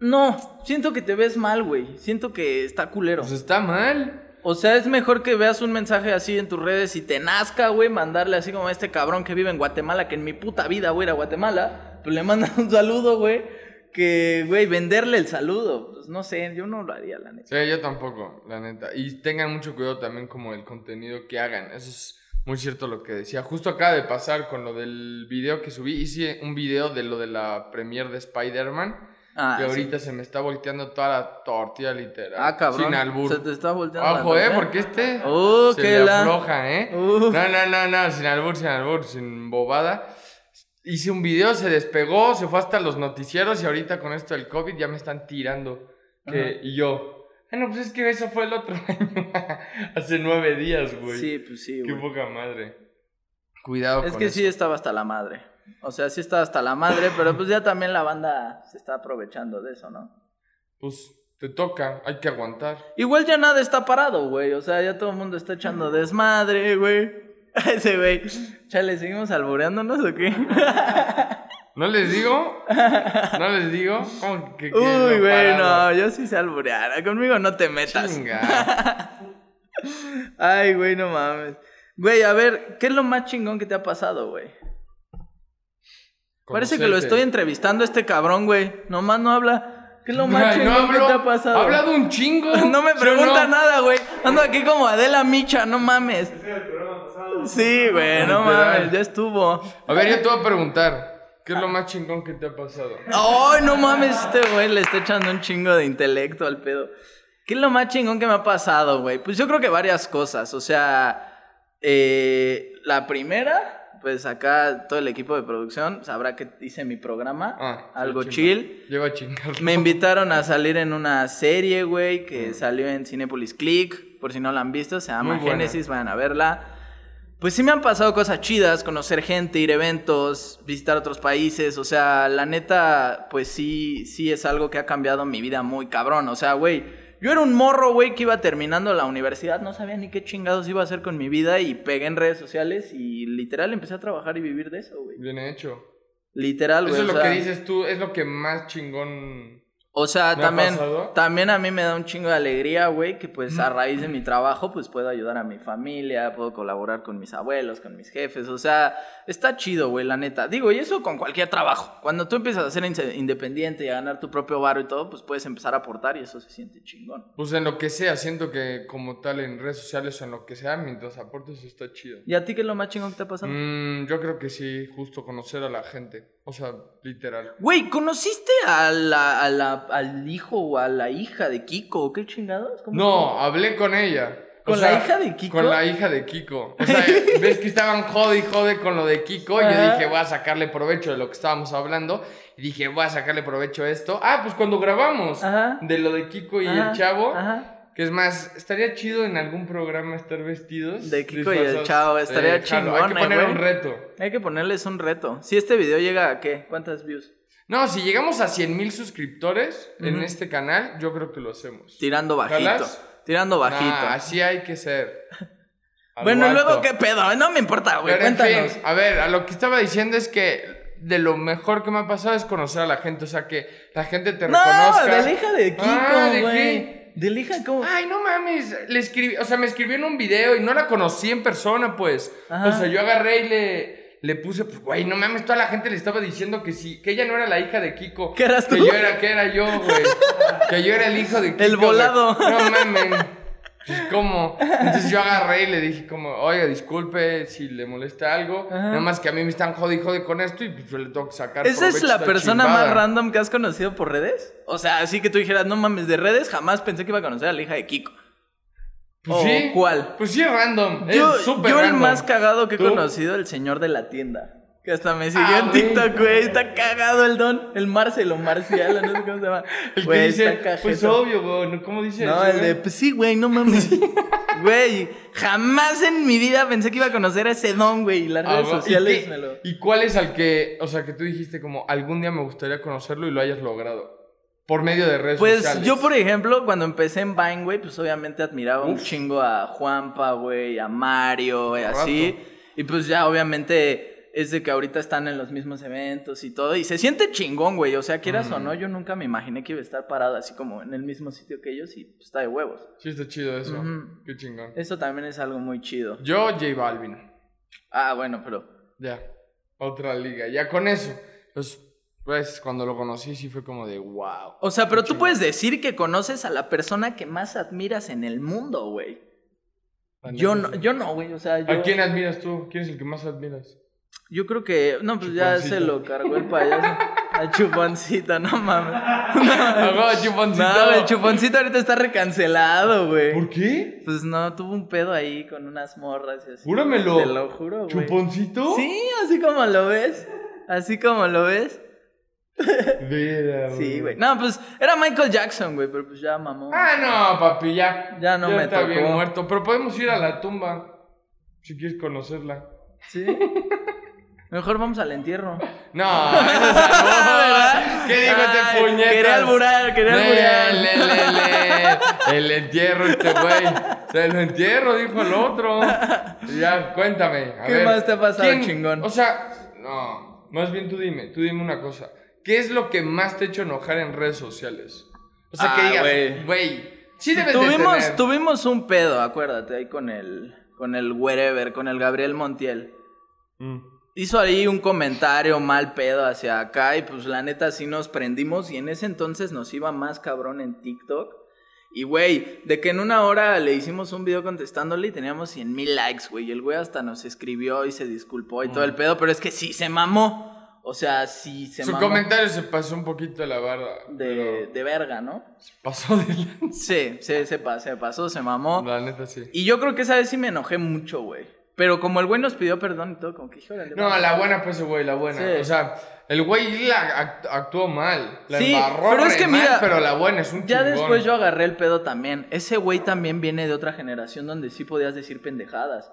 [SPEAKER 2] no. Siento que te ves mal, güey. Siento que está culero.
[SPEAKER 1] Pues está mal.
[SPEAKER 2] O sea, es mejor que veas un mensaje así en tus redes y te nazca, güey, mandarle así como a este cabrón que vive en Guatemala, que en mi puta vida voy a ir a Guatemala, pues le mandan un saludo, güey, que, güey, venderle el saludo. Pues no sé, yo no lo haría, la neta.
[SPEAKER 1] Sí, yo tampoco, la neta. Y tengan mucho cuidado también como el contenido que hagan. Eso es muy cierto lo que decía. Justo acaba de pasar con lo del video que subí. Hice un video de lo de la premiere de Spider-Man.
[SPEAKER 2] Ah,
[SPEAKER 1] y
[SPEAKER 2] sí.
[SPEAKER 1] ahorita se me está volteando toda la tortilla literal.
[SPEAKER 2] Ah, cabrón.
[SPEAKER 1] Sin albur.
[SPEAKER 2] Se te está volteando. la
[SPEAKER 1] Ojo, eh,
[SPEAKER 2] tortilla.
[SPEAKER 1] porque este
[SPEAKER 2] Uh,
[SPEAKER 1] se
[SPEAKER 2] qué
[SPEAKER 1] le
[SPEAKER 2] la-
[SPEAKER 1] afloja, eh.
[SPEAKER 2] Uh.
[SPEAKER 1] No, no, no, no, sin albur, sin albur, sin bobada. Hice un video, se despegó, se fue hasta los noticieros y ahorita con esto del COVID ya me están tirando. Que,
[SPEAKER 2] Ajá.
[SPEAKER 1] Y yo, ah, no, pues es que eso fue el otro año, hace nueve días, güey.
[SPEAKER 2] Sí, pues sí,
[SPEAKER 1] Qué
[SPEAKER 2] güey.
[SPEAKER 1] poca madre. Cuidado
[SPEAKER 2] Es
[SPEAKER 1] con
[SPEAKER 2] que
[SPEAKER 1] eso.
[SPEAKER 2] sí estaba hasta la madre. O sea, sí estaba hasta la madre, pero pues ya también la banda se está aprovechando de eso, ¿no?
[SPEAKER 1] Pues te toca, hay que aguantar.
[SPEAKER 2] Igual ya nada está parado, güey. O sea, ya todo el mundo está echando desmadre, güey. Ese güey. Chale, ¿seguimos alboreándonos o qué?
[SPEAKER 1] ¿No les digo? ¿No les digo? ¿Cómo que, que
[SPEAKER 2] Uy,
[SPEAKER 1] no
[SPEAKER 2] güey, no,
[SPEAKER 1] parado?
[SPEAKER 2] yo sí sé alborear. Conmigo no te metas.
[SPEAKER 1] Chinga.
[SPEAKER 2] Ay, güey, no mames. Güey, a ver, ¿qué es lo más chingón que te ha pasado, güey? Parece que lo
[SPEAKER 1] Conocerte.
[SPEAKER 2] estoy entrevistando a este cabrón, güey. Nomás no habla. ¿Qué es lo más
[SPEAKER 1] Ay,
[SPEAKER 2] chingón que
[SPEAKER 1] habló.
[SPEAKER 2] te ha pasado?
[SPEAKER 1] Ha hablado un chingo.
[SPEAKER 2] No me
[SPEAKER 1] ¿sí o
[SPEAKER 2] pregunta
[SPEAKER 1] no?
[SPEAKER 2] nada, güey. Ando aquí como Adela Micha, no mames. Sí, güey, no
[SPEAKER 1] Ah, Literal.
[SPEAKER 2] mames, ya estuvo.
[SPEAKER 1] A ver, yo te voy a preguntar. ¿Qué es
[SPEAKER 2] Ah.
[SPEAKER 1] lo más chingón que te ha pasado?
[SPEAKER 2] Ay, no mames, este güey le está echando un chingo de intelecto al pedo. ¿Qué es lo más chingón que me ha pasado, güey? Pues yo creo que varias cosas. O sea, eh, la primera, pues acá todo el equipo de producción sabrá que hice mi programa,
[SPEAKER 1] Ah,
[SPEAKER 2] algo
[SPEAKER 1] sí,
[SPEAKER 2] chill.
[SPEAKER 1] chingón. Lleva a chingar.
[SPEAKER 2] Me invitaron a salir en una serie, güey, que salió en Cinepolis Click. Por si no la han visto, se llama
[SPEAKER 1] Muy buena.
[SPEAKER 2] Génesis, vayan a verla. Pues sí me han pasado cosas chidas, conocer gente, ir a eventos, visitar otros países. O sea, la neta, pues sí, sí es algo que ha cambiado mi vida muy cabrón. O sea, güey, yo era un morro, güey, que iba terminando la universidad, no sabía ni qué chingados iba a hacer con mi vida y pegué en redes sociales y literal empecé a trabajar y vivir de eso, güey.
[SPEAKER 1] Bien hecho.
[SPEAKER 2] Literal, güey.
[SPEAKER 1] Eso es
[SPEAKER 2] o
[SPEAKER 1] lo
[SPEAKER 2] sea,
[SPEAKER 1] que dices tú, es lo que más chingón.
[SPEAKER 2] o sea,
[SPEAKER 1] ¿Me ha
[SPEAKER 2] también,
[SPEAKER 1] pasado?
[SPEAKER 2] también a mí me da un chingo de alegría, güey, que pues a raíz de mi trabajo, pues puedo ayudar a mi familia, puedo colaborar con mis abuelos, con mis jefes, o sea, está chido, güey, la neta. Digo, y eso con cualquier trabajo. Cuando tú empiezas a ser inse- independiente y a ganar tu propio barro y todo, pues puedes empezar a aportar y eso se siente chingón.
[SPEAKER 1] Pues en lo que sea, siento que como tal en redes sociales o en lo que sea, mientras aportes está chido.
[SPEAKER 2] ¿Y a ti qué es lo más chingón que te ha pasado?
[SPEAKER 1] Mm, yo creo que sí, justo conocer a la gente. O sea, literal.
[SPEAKER 2] Güey, ¿conociste a la, a la- al hijo o a la hija de Kiko? o ¿Qué chingados? ¿Cómo
[SPEAKER 1] No, hablé con ella. O
[SPEAKER 2] ¿Con la hija de Kiko?
[SPEAKER 1] Con la hija de Kiko. O sea, ves que estaban jode y jode con lo de Kiko. Y yo
[SPEAKER 2] Ajá.
[SPEAKER 1] dije, voy a sacarle provecho de lo que estábamos hablando. Y dije, voy a sacarle provecho a esto. Ah, pues cuando grabamos
[SPEAKER 2] Ajá.
[SPEAKER 1] de lo de Kiko y
[SPEAKER 2] Ajá,
[SPEAKER 1] el chavo.
[SPEAKER 2] Ajá.
[SPEAKER 1] Que es más, estaría chido en algún programa estar vestidos.
[SPEAKER 2] De Kiko y el
[SPEAKER 1] disfrazados.
[SPEAKER 2] Chavo, estaría
[SPEAKER 1] jalo. Hay que
[SPEAKER 2] chingón, eh,
[SPEAKER 1] poner
[SPEAKER 2] güey.
[SPEAKER 1] un reto.
[SPEAKER 2] Hay que ponerles un reto. Si este video llega a qué? ¿Cuántas views?
[SPEAKER 1] No, si llegamos a 100 mil suscriptores en
[SPEAKER 2] Ujú.
[SPEAKER 1] este canal, yo creo que lo hacemos.
[SPEAKER 2] Tirando bajito.
[SPEAKER 1] ¿Jalas?
[SPEAKER 2] Tirando bajito.
[SPEAKER 1] Nah, así hay que ser. Algo
[SPEAKER 2] bueno, y luego
[SPEAKER 1] alto.
[SPEAKER 2] qué pedo. No me importa, güey.
[SPEAKER 1] Pero en
[SPEAKER 2] Cuéntanos.
[SPEAKER 1] fin, a ver, a lo que estaba diciendo es que de lo mejor que me ha pasado es conocer a la gente. O sea, que la gente te
[SPEAKER 2] no,
[SPEAKER 1] reconozca.
[SPEAKER 2] de la hija de Kiko,
[SPEAKER 1] Ah, ¿de Ah,
[SPEAKER 2] güey. De la hija, ¿cómo?
[SPEAKER 1] Ay, no mames, le escribí, o sea, me escribió en un video y no la conocí en persona, pues.
[SPEAKER 2] Ajá.
[SPEAKER 1] O sea, yo agarré y le, le puse, pues, güey, no mames, toda la gente le estaba diciendo que sí, que ella no era la hija de Kiko.
[SPEAKER 2] ¿Que eras tú?
[SPEAKER 1] Que yo era, que era yo, güey. que yo era el hijo de Kiko. güey.
[SPEAKER 2] volado.
[SPEAKER 1] No mames. Pues, ¿cómo? Entonces yo agarré y le dije como, oiga, disculpe si le molesta algo,
[SPEAKER 2] Ajá.
[SPEAKER 1] nada más que a mí me están jode y jode con esto y pues yo le tengo que sacar
[SPEAKER 2] ¿Esa es
[SPEAKER 1] provecho a
[SPEAKER 2] la
[SPEAKER 1] esta
[SPEAKER 2] persona más
[SPEAKER 1] chimbada".
[SPEAKER 2] random que has conocido por redes? O sea, así que tú dijeras, no mames, de redes jamás pensé que iba a conocer a la hija de Kiko.
[SPEAKER 1] Pues
[SPEAKER 2] ¿O
[SPEAKER 1] sí.
[SPEAKER 2] cuál?
[SPEAKER 1] Pues sí, es random.
[SPEAKER 2] Yo,
[SPEAKER 1] es súper
[SPEAKER 2] yo el
[SPEAKER 1] random.
[SPEAKER 2] más cagado que he
[SPEAKER 1] ¿Tú?
[SPEAKER 2] conocido, el señor de la tienda. Que hasta me siguió
[SPEAKER 1] Ah,
[SPEAKER 2] en
[SPEAKER 1] güey.
[SPEAKER 2] TikTok, güey. Está cagado el don. El Marcelo, Marcial, no sé cómo se llama.
[SPEAKER 1] El que
[SPEAKER 2] Güey,
[SPEAKER 1] dice,
[SPEAKER 2] está cajeto.
[SPEAKER 1] pues obvio, güey, ¿no? ¿cómo dice?
[SPEAKER 2] No,
[SPEAKER 1] ese,
[SPEAKER 2] el de,
[SPEAKER 1] güey?
[SPEAKER 2] pues sí, güey, no mames. Güey, jamás en mi vida pensé que iba a conocer a ese don, güey. Y las
[SPEAKER 1] Ah,
[SPEAKER 2] redes
[SPEAKER 1] va. ¿Y
[SPEAKER 2] sociales Pues,
[SPEAKER 1] qué-
[SPEAKER 2] me lo.
[SPEAKER 1] ¿Y cuál es al que, o sea, que tú dijiste como algún día me gustaría conocerlo y lo hayas logrado? Por medio de redes
[SPEAKER 2] Pues
[SPEAKER 1] sociales.
[SPEAKER 2] yo, por ejemplo, cuando empecé en Vine, güey, pues obviamente admiraba un chingo a Juanpa, güey, a Mario, güey,
[SPEAKER 1] Rato.
[SPEAKER 2] así. Y pues ya, obviamente, es de que ahorita están en los mismos eventos y todo. Y se siente chingón, güey. O sea, quieras o no,
[SPEAKER 1] Mm.
[SPEAKER 2] yo nunca me imaginé que iba a estar parado así como en el mismo sitio que ellos y pues, está de huevos.
[SPEAKER 1] Sí, está chido eso.
[SPEAKER 2] Ujú.
[SPEAKER 1] Qué chingón.
[SPEAKER 2] Eso también es algo muy chido.
[SPEAKER 1] Yo, J Balvin.
[SPEAKER 2] Ah, bueno, pero.
[SPEAKER 1] Ya. Otra liga. Ya con eso. Pues, pues cuando lo conocí sí fue como de wow.
[SPEAKER 2] O sea, pero tú puedes decir que conoces a la persona que más admiras en el mundo, güey. Yo no, yo no, güey. O sea, yo.
[SPEAKER 1] ¿A quién admiras tú? ¿Quién es el que más admiras?
[SPEAKER 2] Yo creo que. No, pues ya
[SPEAKER 1] Chuponcito.
[SPEAKER 2] se lo cargó el payaso. Al chuponcito, no mames.
[SPEAKER 1] Ah, no, chuponcito.
[SPEAKER 2] No, güey, el chuponcito ahorita está recancelado, güey.
[SPEAKER 1] ¿Por qué?
[SPEAKER 2] Pues no, tuvo un pedo ahí con unas morras y así.
[SPEAKER 1] Júramelo.
[SPEAKER 2] Te lo juro, güey.
[SPEAKER 1] ¿Chuponcito?
[SPEAKER 2] Sí, así como lo ves. Así como lo ves.
[SPEAKER 1] Vera,
[SPEAKER 2] Sí, güey. No, pues era Michael Jackson, güey, pero pues ya mamó.
[SPEAKER 1] Ah, no, papi, ya.
[SPEAKER 2] Ya no me
[SPEAKER 1] está
[SPEAKER 2] tocó.
[SPEAKER 1] bien muerto. Pero podemos ir a la tumba. Si quieres conocerla.
[SPEAKER 2] Sí. Mejor vamos al entierro.
[SPEAKER 1] No, eso es albur.
[SPEAKER 2] ¿Verdad?
[SPEAKER 1] ¿Qué dijo este
[SPEAKER 2] Ay,
[SPEAKER 1] puñetas?
[SPEAKER 2] quería alburar, quería alburar.
[SPEAKER 1] Le, le, le, le. El entierro este güey. Se lo entierro, dijo el otro. Ya, cuéntame. a
[SPEAKER 2] ¿Qué
[SPEAKER 1] ver,
[SPEAKER 2] más te ha pasado, chingón?
[SPEAKER 1] O sea, no. Más bien tú dime, tú dime una cosa. ¿Qué es lo que más te ha hecho enojar en redes sociales? O sea,
[SPEAKER 2] Ah,
[SPEAKER 1] que digas,
[SPEAKER 2] güey.
[SPEAKER 1] güey, sí debes de
[SPEAKER 2] tuvimos,
[SPEAKER 1] tener.
[SPEAKER 2] tuvimos un pedo, acuérdate, ahí con el, con el wherever, con el Gabriel Montiel.
[SPEAKER 1] Mm.
[SPEAKER 2] Hizo ahí un comentario mal pedo hacia acá y pues la neta sí nos prendimos y en ese entonces nos iba más cabrón en TikTok. Y güey, de que en una hora le hicimos un video contestándole y teníamos 100 mil likes, güey. Y el güey hasta nos escribió y se disculpó y todo
[SPEAKER 1] Mm.
[SPEAKER 2] el pedo, pero es que sí se mamó. O sea, sí se
[SPEAKER 1] Su
[SPEAKER 2] mamó.
[SPEAKER 1] comentario se pasó un poquito de la barda.
[SPEAKER 2] De,
[SPEAKER 1] pero
[SPEAKER 2] de verga, ¿no?
[SPEAKER 1] se pasó de lanza.
[SPEAKER 2] Sí, sí, se, pa- se pasó, se mamó.
[SPEAKER 1] La neta sí.
[SPEAKER 2] Y yo creo que esa vez sí me enojé mucho, güey. Pero como el güey nos pidió perdón y todo, como que, híjole.
[SPEAKER 1] No, la buena pues, güey, la buena.
[SPEAKER 2] Sí.
[SPEAKER 1] O sea, el güey la act- actuó mal. La
[SPEAKER 2] Sí,
[SPEAKER 1] embarró
[SPEAKER 2] pero es
[SPEAKER 1] re
[SPEAKER 2] que
[SPEAKER 1] mal,
[SPEAKER 2] mira,
[SPEAKER 1] pero la buena es un
[SPEAKER 2] Ya
[SPEAKER 1] chingón.
[SPEAKER 2] después yo agarré el pedo también. Ese güey también viene de otra generación donde sí podías decir pendejadas.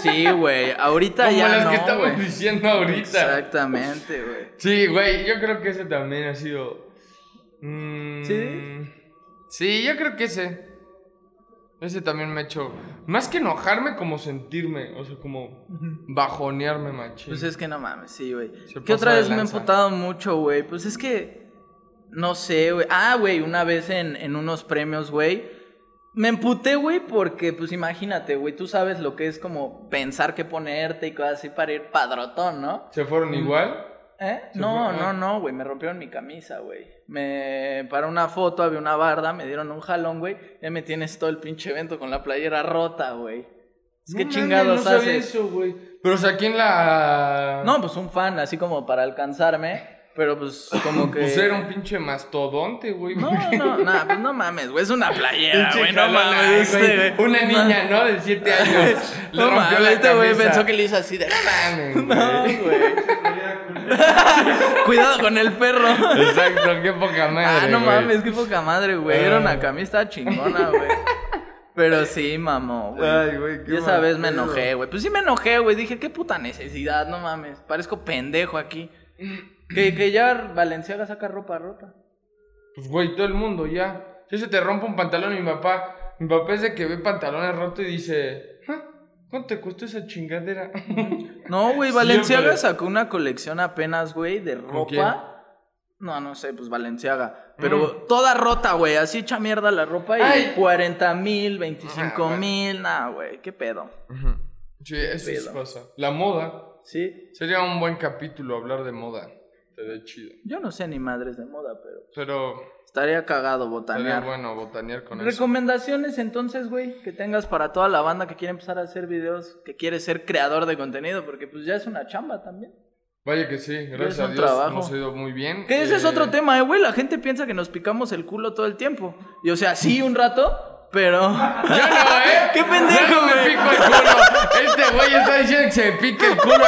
[SPEAKER 2] Sí, güey. Ahorita
[SPEAKER 1] Como
[SPEAKER 2] ya
[SPEAKER 1] las
[SPEAKER 2] no,
[SPEAKER 1] que estamos
[SPEAKER 2] güey.
[SPEAKER 1] diciendo ahorita.
[SPEAKER 2] Exactamente, güey.
[SPEAKER 1] Sí, güey, yo creo que ese también ha sido. mm,
[SPEAKER 2] ¿Sí?
[SPEAKER 1] Sí, yo creo que ese. Ese también me ha hecho. Más que enojarme, como sentirme. O sea, como bajonearme, machín.
[SPEAKER 2] Pues es que no mames, sí, güey.
[SPEAKER 1] Se
[SPEAKER 2] Que
[SPEAKER 1] pasó
[SPEAKER 2] otra
[SPEAKER 1] de
[SPEAKER 2] vez me he
[SPEAKER 1] lanza.
[SPEAKER 2] emputado mucho, güey. Pues es que. No sé, güey. Ah, güey, una vez en, en unos premios, güey. Me emputé, güey, porque, pues imagínate, güey, tú sabes lo que es como pensar qué ponerte y cosas así para ir padrotón, ¿no?
[SPEAKER 1] ¿Se fueron igual?
[SPEAKER 2] ¿Eh?
[SPEAKER 1] Sí,
[SPEAKER 2] No,
[SPEAKER 1] fue-
[SPEAKER 2] no,
[SPEAKER 1] ah.
[SPEAKER 2] no, güey, me rompieron mi camisa, güey. Me para una foto, había una barda, me dieron un jalón, güey. Ya me tienes todo el pinche evento con la playera rota, güey. Es que
[SPEAKER 1] No mames,
[SPEAKER 2] chingados
[SPEAKER 1] no sabía
[SPEAKER 2] haces.
[SPEAKER 1] eso, güey. Pero, o sea, ¿quién la.
[SPEAKER 2] No, pues un fan, así como para alcanzarme, pero pues como que...
[SPEAKER 1] Pues era un pinche mastodonte, güey.
[SPEAKER 2] No, no, no, pues no mames, güey, es una playera,
[SPEAKER 1] Pinche
[SPEAKER 2] güey, no
[SPEAKER 1] jalón ahí,
[SPEAKER 2] mames.
[SPEAKER 1] güey.
[SPEAKER 2] este, güey.
[SPEAKER 1] Una niña, ¿no? De 7 años. Le
[SPEAKER 2] No, no
[SPEAKER 1] rompió
[SPEAKER 2] mames,
[SPEAKER 1] la
[SPEAKER 2] este güey
[SPEAKER 1] camisa.
[SPEAKER 2] pensó que le hizo así de...
[SPEAKER 1] Mames, güey.
[SPEAKER 2] No, güey. Cuidado con el perro.
[SPEAKER 1] Exacto, qué poca madre.
[SPEAKER 2] ah, no
[SPEAKER 1] güey.
[SPEAKER 2] mames, qué poca madre, güey. Era una
[SPEAKER 1] Ah.
[SPEAKER 2] camisa chingona, güey. Pero sí, mamó, güey.
[SPEAKER 1] Ay, güey, qué
[SPEAKER 2] Y esa vez me
[SPEAKER 1] mal pedo.
[SPEAKER 2] enojé, güey. Pues sí me enojé, güey. Dije, qué puta necesidad, no mames. Parezco pendejo aquí. Que, que ya Valenciaga saca ropa rota.
[SPEAKER 1] Pues, güey, todo el mundo ya. Si se te rompe un pantalón, mi papá. Mi papá es de que ve pantalones rotos y dice: "Ja, ¿Cuánto te costó esa chingadera?
[SPEAKER 2] No, güey, Valenciaga
[SPEAKER 1] Siempre.
[SPEAKER 2] sacó una colección apenas, güey, de ropa.
[SPEAKER 1] quién? Mm.
[SPEAKER 2] No, no sé, pues Valenciaga. Pero toda rota, güey. Así hecha mierda la ropa y
[SPEAKER 1] Ay. Ah,
[SPEAKER 2] 40 mil, 25
[SPEAKER 1] Ajá,
[SPEAKER 2] mil. Nah, güey, qué pedo.
[SPEAKER 1] sí, eso es
[SPEAKER 2] Pedo.
[SPEAKER 1] cosa. La moda.
[SPEAKER 2] Sí,
[SPEAKER 1] Sería un buen capítulo hablar de moda. Sería chido.
[SPEAKER 2] yo no sé ni madres de moda, pero
[SPEAKER 1] Pero
[SPEAKER 2] estaría cagado
[SPEAKER 1] sería
[SPEAKER 2] botanear.
[SPEAKER 1] bueno botanear con eso.
[SPEAKER 2] Recomendaciones entonces, güey, que tengas para toda la banda que quiere empezar a hacer videos, que quiere ser creador de contenido, porque pues ya es una chamba también.
[SPEAKER 1] Vaya que sí, gracias a
[SPEAKER 2] un
[SPEAKER 1] Dios
[SPEAKER 2] trabajo.
[SPEAKER 1] nos ha ido muy bien.
[SPEAKER 2] Que ese es
[SPEAKER 1] Eh,
[SPEAKER 2] otro tema, eh, güey, la gente piensa que nos picamos el culo todo el tiempo. Y o sea, sí, un rato, pero...
[SPEAKER 1] Yo no, ¿eh?
[SPEAKER 2] ¡Qué pendejo,
[SPEAKER 1] Yo no me
[SPEAKER 2] güey!
[SPEAKER 1] pico el culo. Este güey está diciendo que se pica el culo.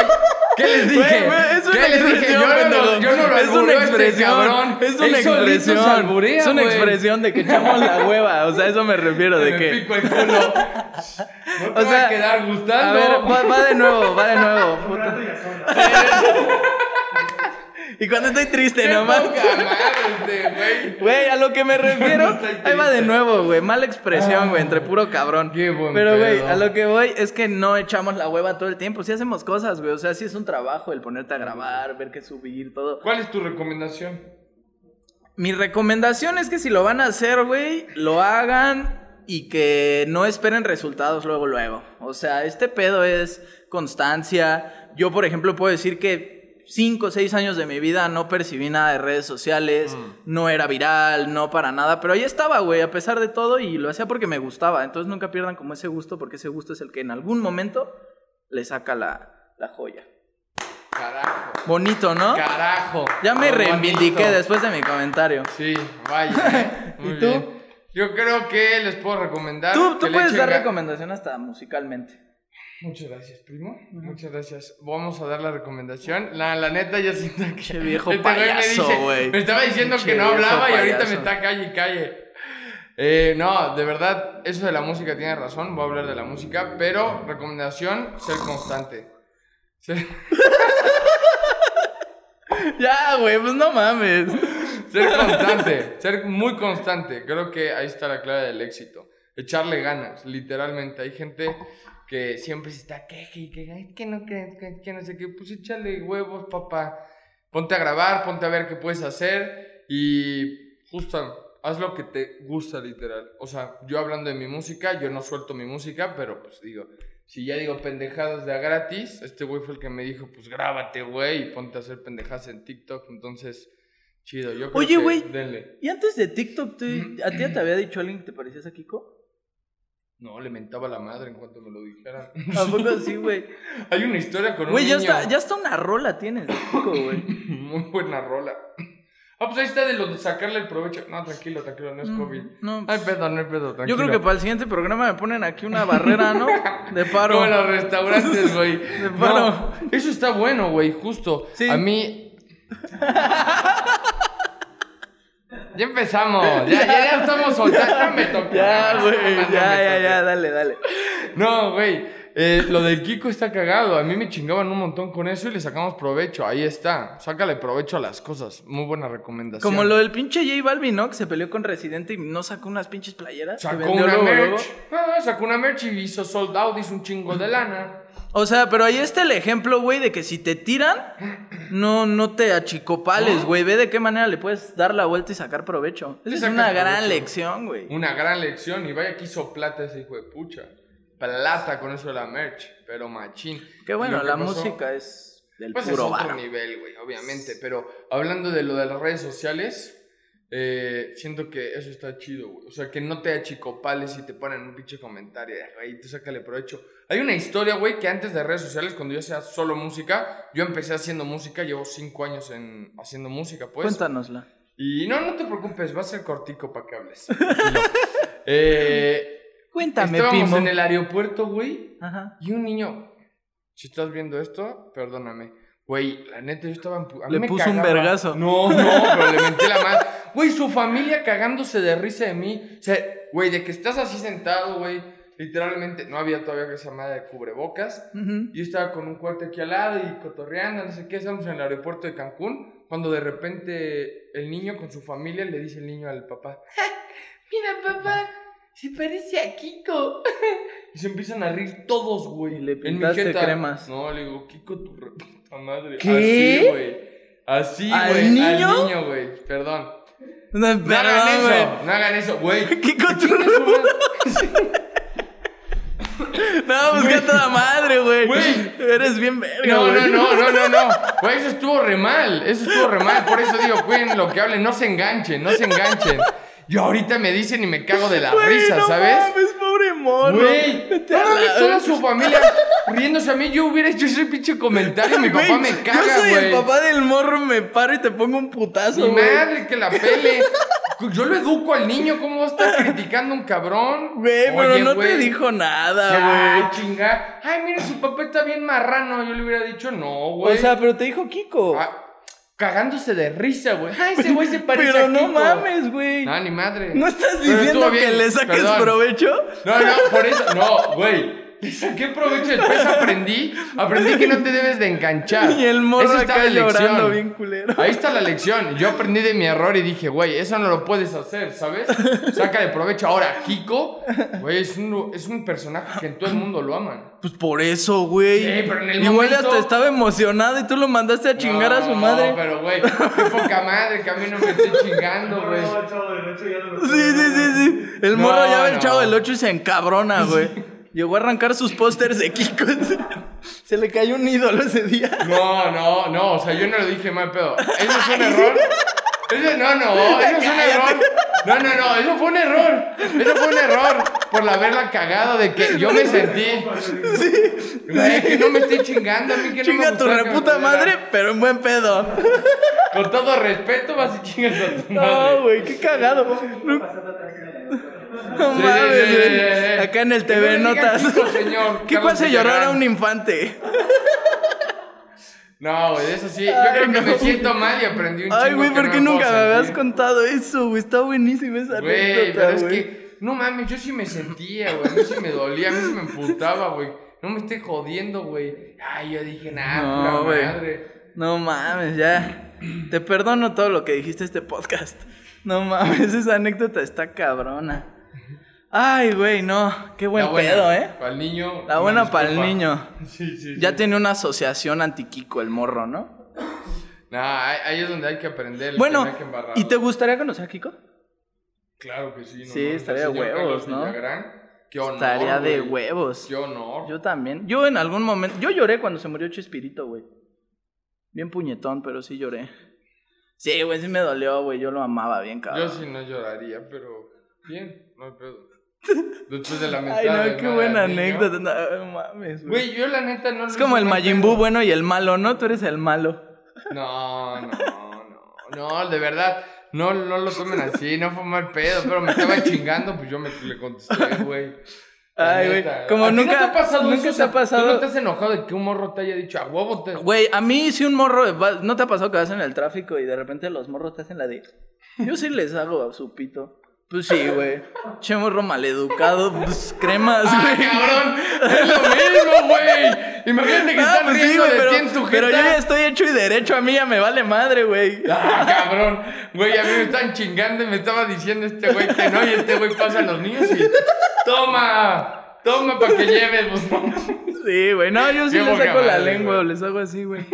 [SPEAKER 1] ¿Qué les dije?
[SPEAKER 2] Güey, güey, es una
[SPEAKER 1] ¿Qué les dije? Yo
[SPEAKER 2] expresión,
[SPEAKER 1] no,
[SPEAKER 2] pendejo.
[SPEAKER 1] lo- yo no lo
[SPEAKER 2] Es una
[SPEAKER 1] albureo a este
[SPEAKER 2] expresión,
[SPEAKER 1] cabrón.
[SPEAKER 2] Es una
[SPEAKER 1] Él solito se
[SPEAKER 2] expresión.
[SPEAKER 1] alburea,
[SPEAKER 2] es una
[SPEAKER 1] güey.
[SPEAKER 2] expresión de que echamos la hueva. O sea, eso me refiero de
[SPEAKER 1] Me
[SPEAKER 2] que.
[SPEAKER 1] pico el culo. No te
[SPEAKER 2] O
[SPEAKER 1] va
[SPEAKER 2] sea,
[SPEAKER 1] a quedar
[SPEAKER 2] A
[SPEAKER 1] gustando.
[SPEAKER 2] ver, va, va de nuevo, va de nuevo. puta. y cuando estoy triste
[SPEAKER 1] Qué
[SPEAKER 2] nomás.
[SPEAKER 1] poca madre este güey.
[SPEAKER 2] Güey, a lo que me refiero,
[SPEAKER 1] Estoy
[SPEAKER 2] ahí va
[SPEAKER 1] triste.
[SPEAKER 2] de nuevo, güey. Mala expresión, güey, entre puro cabrón.
[SPEAKER 1] Ah, Qué buen
[SPEAKER 2] Pero, güey,
[SPEAKER 1] pedo.
[SPEAKER 2] a lo que voy es que no echamos la hueva todo el tiempo. Sí hacemos cosas, güey. O sea, sí es un trabajo el ponerte a grabar, ver qué subir, todo.
[SPEAKER 1] ¿Cuál es tu recomendación?
[SPEAKER 2] Mi recomendación es que si lo van a hacer, güey, lo hagan y que no esperen resultados luego, luego. O sea, este pedo es constancia. Yo, por ejemplo, puedo decir que 5 o 6 años de mi vida no percibí nada de redes sociales, no era viral, no para nada, pero ahí estaba, güey, a pesar de todo y lo hacía porque me gustaba. Entonces nunca pierdan como ese gusto, porque ese gusto es el que en algún momento le saca la, la joya.
[SPEAKER 1] Carajo.
[SPEAKER 2] Bonito, ¿no?
[SPEAKER 1] Carajo.
[SPEAKER 2] Ya me
[SPEAKER 1] Ah, Bonito.
[SPEAKER 2] reivindiqué después de mi comentario.
[SPEAKER 1] Sí, vaya. ¿eh?
[SPEAKER 2] ¿Y
[SPEAKER 1] Muy
[SPEAKER 2] tú?
[SPEAKER 1] bien. Yo creo que les puedo recomendar.
[SPEAKER 2] Tú,
[SPEAKER 1] Ah, que
[SPEAKER 2] tú
[SPEAKER 1] le
[SPEAKER 2] puedes
[SPEAKER 1] echen
[SPEAKER 2] dar
[SPEAKER 1] ga-
[SPEAKER 2] recomendación hasta musicalmente.
[SPEAKER 1] Muchas gracias, primo. Muchas gracias. Vamos a dar la recomendación. La, la neta, yo siento que.
[SPEAKER 2] Qué viejo payaso,
[SPEAKER 1] me dice-
[SPEAKER 2] güey.
[SPEAKER 1] Me estaba diciendo
[SPEAKER 2] Pinche
[SPEAKER 1] que no
[SPEAKER 2] viejo
[SPEAKER 1] hablaba y ahorita
[SPEAKER 2] payaso.
[SPEAKER 1] me está calle y calle. Eh, no, de verdad, eso de la música tiene razón. Voy a hablar de la música, pero recomendación: ser constante. Ser,
[SPEAKER 2] Ya, güey, pues no mames.
[SPEAKER 1] ser constante, ser muy constante. Creo que ahí está la clave del éxito. Echarle ganas, literalmente. Hay gente que siempre se está queje y que, "Ay, que no, que, que- que no sé qué. Pues échale huevos, papá. Ponte a grabar, ponte a ver qué puedes hacer y justo haz lo que te gusta, literal. O sea, yo hablando de mi música, yo no suelto mi música, pero pues digo, si ya digo pendejadas de a gratis, este güey fue el que me dijo, pues grábate, güey, y ponte a hacer pendejadas en TikTok. Entonces, chido. Yo creo que
[SPEAKER 2] Oye, güey.
[SPEAKER 1] denle.
[SPEAKER 2] Y antes de TikTok,
[SPEAKER 1] Mm.
[SPEAKER 2] tú- ¿a ti ya te había dicho alguien que te parecías a Kiko?
[SPEAKER 1] No, le mentaba la madre en cuanto me lo dijera.
[SPEAKER 2] Tampoco sí, güey.
[SPEAKER 1] Hay una historia con un
[SPEAKER 2] Güey, ya
[SPEAKER 1] niño.
[SPEAKER 2] está, ya está una rola tienes de Kiko, güey.
[SPEAKER 1] Muy buena rola. Ah, pues ahí está de lo de sacarle el provecho. No, tranquilo, tranquilo, no es COVID.
[SPEAKER 2] no,
[SPEAKER 1] No hay
[SPEAKER 2] pues-
[SPEAKER 1] pedo, no hay pedo,
[SPEAKER 2] Yo
[SPEAKER 1] tranquilo.
[SPEAKER 2] creo que para el siguiente programa me ponen aquí una barrera, ¿no? De paro.
[SPEAKER 1] Como en los restaurantes, güey.
[SPEAKER 2] De
[SPEAKER 1] No,
[SPEAKER 2] paro.
[SPEAKER 1] eso está bueno, güey, justo.
[SPEAKER 2] Sí.
[SPEAKER 1] A mí. ya empezamos. Ya, ya, ya estamos soltando. Ya me tocó.
[SPEAKER 2] Ya,
[SPEAKER 1] No,
[SPEAKER 2] güey,
[SPEAKER 1] no
[SPEAKER 2] ya,
[SPEAKER 1] me
[SPEAKER 2] ya,
[SPEAKER 1] tocó.
[SPEAKER 2] ya, dale, dale.
[SPEAKER 1] No, güey. eh, lo del Kiko está cagado. A mí me chingaban un montón con eso y le sacamos provecho. Ahí está. Sácale provecho a las cosas. Muy buena recomendación.
[SPEAKER 2] Como lo del pinche J Balvin, ¿no? Que se peleó con Residente y no sacó unas pinches playeras. que
[SPEAKER 1] Sacó
[SPEAKER 2] vendió
[SPEAKER 1] una
[SPEAKER 2] luego,
[SPEAKER 1] merch.
[SPEAKER 2] luego.
[SPEAKER 1] Ah, sacó una merch y hizo sold out, hizo un chingo de lana.
[SPEAKER 2] O sea, pero ahí está el ejemplo, güey, de que si te tiran, no, no te achicopales, güey. Ve de qué manera le puedes dar la vuelta y sacar provecho.
[SPEAKER 1] Le
[SPEAKER 2] Esa
[SPEAKER 1] saca
[SPEAKER 2] es una gran
[SPEAKER 1] provecho.
[SPEAKER 2] lección, güey.
[SPEAKER 1] Una gran lección. Y vaya que hizo plata ese hijo de pucha. Plata con eso de la merch. Pero machín.
[SPEAKER 2] Qué bueno,
[SPEAKER 1] Lo que
[SPEAKER 2] la
[SPEAKER 1] pasó-
[SPEAKER 2] música es del
[SPEAKER 1] Pues es
[SPEAKER 2] puro
[SPEAKER 1] otro
[SPEAKER 2] varo.
[SPEAKER 1] nivel, güey, obviamente. Pero hablando de lo de las redes sociales, eh, siento que eso está chido, güey. O sea, que no te achicopales y te ponen un pinche comentario, "Ay, güey, tú sácale provecho. Hay una historia, güey, que antes de redes sociales, cuando yo hacía solo música, yo empecé haciendo música, llevo cinco años en, haciendo música, pues.
[SPEAKER 2] Cuéntanosla.
[SPEAKER 1] Y no, no te preocupes, va a ser cortico para que hables. tranquilo. eh,
[SPEAKER 2] Cuéntame,
[SPEAKER 1] estábamos
[SPEAKER 2] Pimo.
[SPEAKER 1] en el aeropuerto, güey,
[SPEAKER 2] Ajá.
[SPEAKER 1] y un niño, si estás viendo esto, perdóname. Güey, la neta, yo estaba... empu- a mí
[SPEAKER 2] Le
[SPEAKER 1] me
[SPEAKER 2] puso un
[SPEAKER 1] cagaba.
[SPEAKER 2] vergazo.
[SPEAKER 1] No, no, pero le mentí la madre. Güey, su familia cagándose de risa de mí. O sea, güey, de que estás así sentado, güey. Literalmente, no había todavía esa madre de cubrebocas.
[SPEAKER 2] Ujú.
[SPEAKER 1] Yo estaba con un cuarto aquí al lado y cotorreando, no sé qué. Estamos en el aeropuerto de Cancún. Cuando de repente el niño con su familia le dice el niño al papá: Mira, papá, se parece a Kiko. y se empiezan a reír todos, güey.
[SPEAKER 2] Y le
[SPEAKER 1] En mi
[SPEAKER 2] pintaste
[SPEAKER 1] jeta.
[SPEAKER 2] cremas.
[SPEAKER 1] No, le digo, Kiko, tu re- puta madre.
[SPEAKER 2] ¿Qué?
[SPEAKER 1] Así, güey. Así,
[SPEAKER 2] ¿Al
[SPEAKER 1] güey.
[SPEAKER 2] niño?
[SPEAKER 1] Al niño, güey. Perdón.
[SPEAKER 2] No,
[SPEAKER 1] No hagan
[SPEAKER 2] perdón,
[SPEAKER 1] eso.
[SPEAKER 2] güey.
[SPEAKER 1] No hagan eso, güey.
[SPEAKER 2] ¿Qué cotorreo?
[SPEAKER 1] Chingue su madre.
[SPEAKER 2] No, pues que a toda madre, güey.
[SPEAKER 1] Güey.
[SPEAKER 2] Eres bien verga,
[SPEAKER 1] No, no,
[SPEAKER 2] güey.
[SPEAKER 1] no, no, no, no. Güey, eso estuvo re mal. Eso estuvo re mal. Por eso digo, cuiden lo que hablen. No se enganchen, no se enganchen. Y ahorita me dicen y me cago de la
[SPEAKER 2] Güey,
[SPEAKER 1] risa,
[SPEAKER 2] no
[SPEAKER 1] ¿sabes?
[SPEAKER 2] mames, pobre mono.
[SPEAKER 1] Güey,
[SPEAKER 2] Vete a
[SPEAKER 1] no
[SPEAKER 2] la-
[SPEAKER 1] mames, toda su familia riéndose a mí. Yo hubiera hecho ese pinche comentario y mi papá
[SPEAKER 2] Güey,
[SPEAKER 1] me caga, güey.
[SPEAKER 2] Yo soy el papá del morro, me paro y te pongo un putazo,
[SPEAKER 1] Mi
[SPEAKER 2] güey.
[SPEAKER 1] madre, que la pele. Yo lo educo al niño, ¿cómo va a estar criticando a un cabrón?
[SPEAKER 2] Güey, pero
[SPEAKER 1] Oye,
[SPEAKER 2] no te
[SPEAKER 1] güey.
[SPEAKER 2] dijo nada,
[SPEAKER 1] Ya,
[SPEAKER 2] güey.
[SPEAKER 1] chinga. Ay, mire, su papá está bien marrano. Yo le hubiera dicho, no,
[SPEAKER 2] O
[SPEAKER 1] güey.
[SPEAKER 2] sea, pero te dijo Kiko.
[SPEAKER 1] Ah, cagándose de risa, güey. Ay, ese güey se parece
[SPEAKER 2] pero
[SPEAKER 1] a
[SPEAKER 2] no
[SPEAKER 1] Kiko.
[SPEAKER 2] mames, güey.
[SPEAKER 1] No, ni madre.
[SPEAKER 2] ¿No estás
[SPEAKER 1] Pero
[SPEAKER 2] diciendo
[SPEAKER 1] estuvo
[SPEAKER 2] que
[SPEAKER 1] bien,
[SPEAKER 2] le saques
[SPEAKER 1] perdón.
[SPEAKER 2] provecho?
[SPEAKER 1] No, no, por eso. No, güey. Le saqué provecho después aprendí. Aprendí que no te debes de enganchar.
[SPEAKER 2] Y el morro
[SPEAKER 1] Esa está
[SPEAKER 2] acá
[SPEAKER 1] la lección.
[SPEAKER 2] llorando bien culero.
[SPEAKER 1] Ahí está la lección. Yo aprendí de mi error y dije, güey, eso no lo puedes hacer, ¿sabes? Sácale provecho. Ahora, Kiko, güey, es un, es un personaje que en todo el mundo lo aman.
[SPEAKER 2] Pues por eso, güey.
[SPEAKER 1] Sí, pero en el
[SPEAKER 2] Igual
[SPEAKER 1] momento-
[SPEAKER 2] hasta estaba emocionado y tú lo mandaste a chingar a su madre.
[SPEAKER 1] No, pero güey, qué poca madre que a mí no me esté chingando, güey.
[SPEAKER 3] No, chavo, de hecho ya no lo
[SPEAKER 2] Sí, sí, sí, sí. El
[SPEAKER 1] No,
[SPEAKER 2] morro ya ve el
[SPEAKER 1] no.
[SPEAKER 2] chavo del 8 y se encabrona, güey. Llegó a arrancar sus pósters de Kiko. Se le cayó un ídolo ese día.
[SPEAKER 1] No, no, no, o sea, yo no lo dije mal, pero eso es un error. Eso, no, no, eso es un error. No, no, no, eso fue un error. Eso fue un error por haberla cagado de que yo me sentí. Güey, que no me estoy chingando a mí que no
[SPEAKER 2] Chinga
[SPEAKER 1] me
[SPEAKER 2] tu
[SPEAKER 1] gustaba que me
[SPEAKER 2] reputa
[SPEAKER 1] jodieran.
[SPEAKER 2] madre, pero en buen pedo.
[SPEAKER 1] Con todo respeto vas y chingas a tu madre.
[SPEAKER 2] No, güey, qué cagado. No, no
[SPEAKER 1] Sí, sí,
[SPEAKER 2] mames,
[SPEAKER 1] sí, sí,
[SPEAKER 2] güey.
[SPEAKER 1] sí.
[SPEAKER 2] Acá en el
[SPEAKER 1] Que
[SPEAKER 2] TV
[SPEAKER 1] no le digan
[SPEAKER 2] Notas.
[SPEAKER 1] Kiko, señor.
[SPEAKER 2] ¿Qué
[SPEAKER 1] Carlos
[SPEAKER 2] cual se
[SPEAKER 1] Villagrán.
[SPEAKER 2] llorar a un infante?
[SPEAKER 1] No, güey, eso sí. Yo
[SPEAKER 2] Ay,
[SPEAKER 1] creo que
[SPEAKER 2] no.
[SPEAKER 1] me siento mal y aprendí un chingo.
[SPEAKER 2] Ay, güey,
[SPEAKER 1] que
[SPEAKER 2] ¿por
[SPEAKER 1] no
[SPEAKER 2] qué
[SPEAKER 1] me puedo
[SPEAKER 2] nunca me habías
[SPEAKER 1] sentir.
[SPEAKER 2] contado eso, güey? Está buenísima esa
[SPEAKER 1] Güey, pero
[SPEAKER 2] anécdota,
[SPEAKER 1] es
[SPEAKER 2] güey.
[SPEAKER 1] que, no mames, yo sí me sentía, güey. A mí sí me dolía, a mí sí me emputaba, güey. No me esté jodiendo, güey. Ay, yo dije, nah,
[SPEAKER 2] No,
[SPEAKER 1] pura
[SPEAKER 2] güey.
[SPEAKER 1] madre.
[SPEAKER 2] No mames, ya. Te perdono todo lo que dijiste este podcast. No mames, esa anécdota está cabrona. Ay, güey, no. Qué buen
[SPEAKER 1] La buena
[SPEAKER 2] pedo, ¿eh?
[SPEAKER 1] Para el niño.
[SPEAKER 2] La
[SPEAKER 1] una
[SPEAKER 2] buena para el
[SPEAKER 1] disculpa.
[SPEAKER 2] niño.
[SPEAKER 1] Sí, sí.
[SPEAKER 2] Ya tiene una asociación antiquico el morro, ¿no?
[SPEAKER 1] Nah, ahí, ahí es donde hay que aprender. la
[SPEAKER 2] Bueno,
[SPEAKER 1] tenía que embarrar.
[SPEAKER 2] ¿y te gustaría conocer a Kiko?
[SPEAKER 1] Claro que sí, no
[SPEAKER 2] Sí,
[SPEAKER 1] mames,
[SPEAKER 2] estaría de
[SPEAKER 1] señor
[SPEAKER 2] huevos,
[SPEAKER 1] Carlos
[SPEAKER 2] ¿no?
[SPEAKER 1] Villagrán, Qué honor.
[SPEAKER 2] Estaría de
[SPEAKER 1] güey.
[SPEAKER 2] huevos.
[SPEAKER 1] Qué honor.
[SPEAKER 2] Yo también. Yo en algún momento. Yo lloré cuando se murió Chespirito, güey. Bien puñetón, pero sí lloré. Sí, güey, sí me dolió, güey. Yo lo amaba bien, cabrón.
[SPEAKER 1] Yo sí no lloraría, pero bien, no hay pedo. Después de la
[SPEAKER 2] Ay,
[SPEAKER 1] mentada
[SPEAKER 2] no,
[SPEAKER 1] de
[SPEAKER 2] qué
[SPEAKER 1] madre
[SPEAKER 2] buena
[SPEAKER 1] al niño.
[SPEAKER 2] anécdota. No, mames, güey.
[SPEAKER 1] Güey, yo la neta no lo
[SPEAKER 2] Es
[SPEAKER 1] hice
[SPEAKER 2] como el
[SPEAKER 1] mal,
[SPEAKER 2] Majin
[SPEAKER 1] pero-
[SPEAKER 2] Buu bueno y el malo, ¿no? Tú eres el malo.
[SPEAKER 1] No, no, no. No, de verdad. No, no lo tomen así, no fue mal pedo, pero me estaba chingando, pues yo me, le contesté, güey. La
[SPEAKER 2] Ay, güey,
[SPEAKER 1] neta.
[SPEAKER 2] como
[SPEAKER 1] ¿A ti
[SPEAKER 2] nunca-
[SPEAKER 1] no te ha pasado
[SPEAKER 2] nunca
[SPEAKER 1] eso?
[SPEAKER 2] te
[SPEAKER 1] O sea,
[SPEAKER 2] ha pasado-
[SPEAKER 1] ¿Tú no te has enojado de que un morro te haya dicho a huevo? Te...
[SPEAKER 2] Güey, a mí sí un morro. va- ¿No te ha pasado que vas en el tráfico y de repente los morros te hacen la de. Yo sí les hago a su pito. Pues sí, güey. Che morro maleducado, pues cremas,
[SPEAKER 1] ¡Ah,
[SPEAKER 2] güey.
[SPEAKER 1] cabrón! ¡Es lo mismo, güey! Imagínate que
[SPEAKER 2] Ah,
[SPEAKER 1] están
[SPEAKER 2] pues sí,
[SPEAKER 1] riendo
[SPEAKER 2] güey,
[SPEAKER 1] de
[SPEAKER 2] pero,
[SPEAKER 1] ti en tu
[SPEAKER 2] pero yo
[SPEAKER 1] jeta.
[SPEAKER 2] ya estoy hecho y derecho, a mí ya me vale madre, güey.
[SPEAKER 1] ¡Ah, cabrón! Güey, a mí me están chingando y me estaba diciendo este güey que no, y este güey pasa a los niños y... ¡Toma! ¡Toma para que lleves! Pues, no.
[SPEAKER 2] Sí, güey. No, yo sí
[SPEAKER 1] Qué
[SPEAKER 2] les
[SPEAKER 1] poca
[SPEAKER 2] saco la
[SPEAKER 1] madre,
[SPEAKER 2] lengua,
[SPEAKER 1] güey.
[SPEAKER 2] les hago así, güey.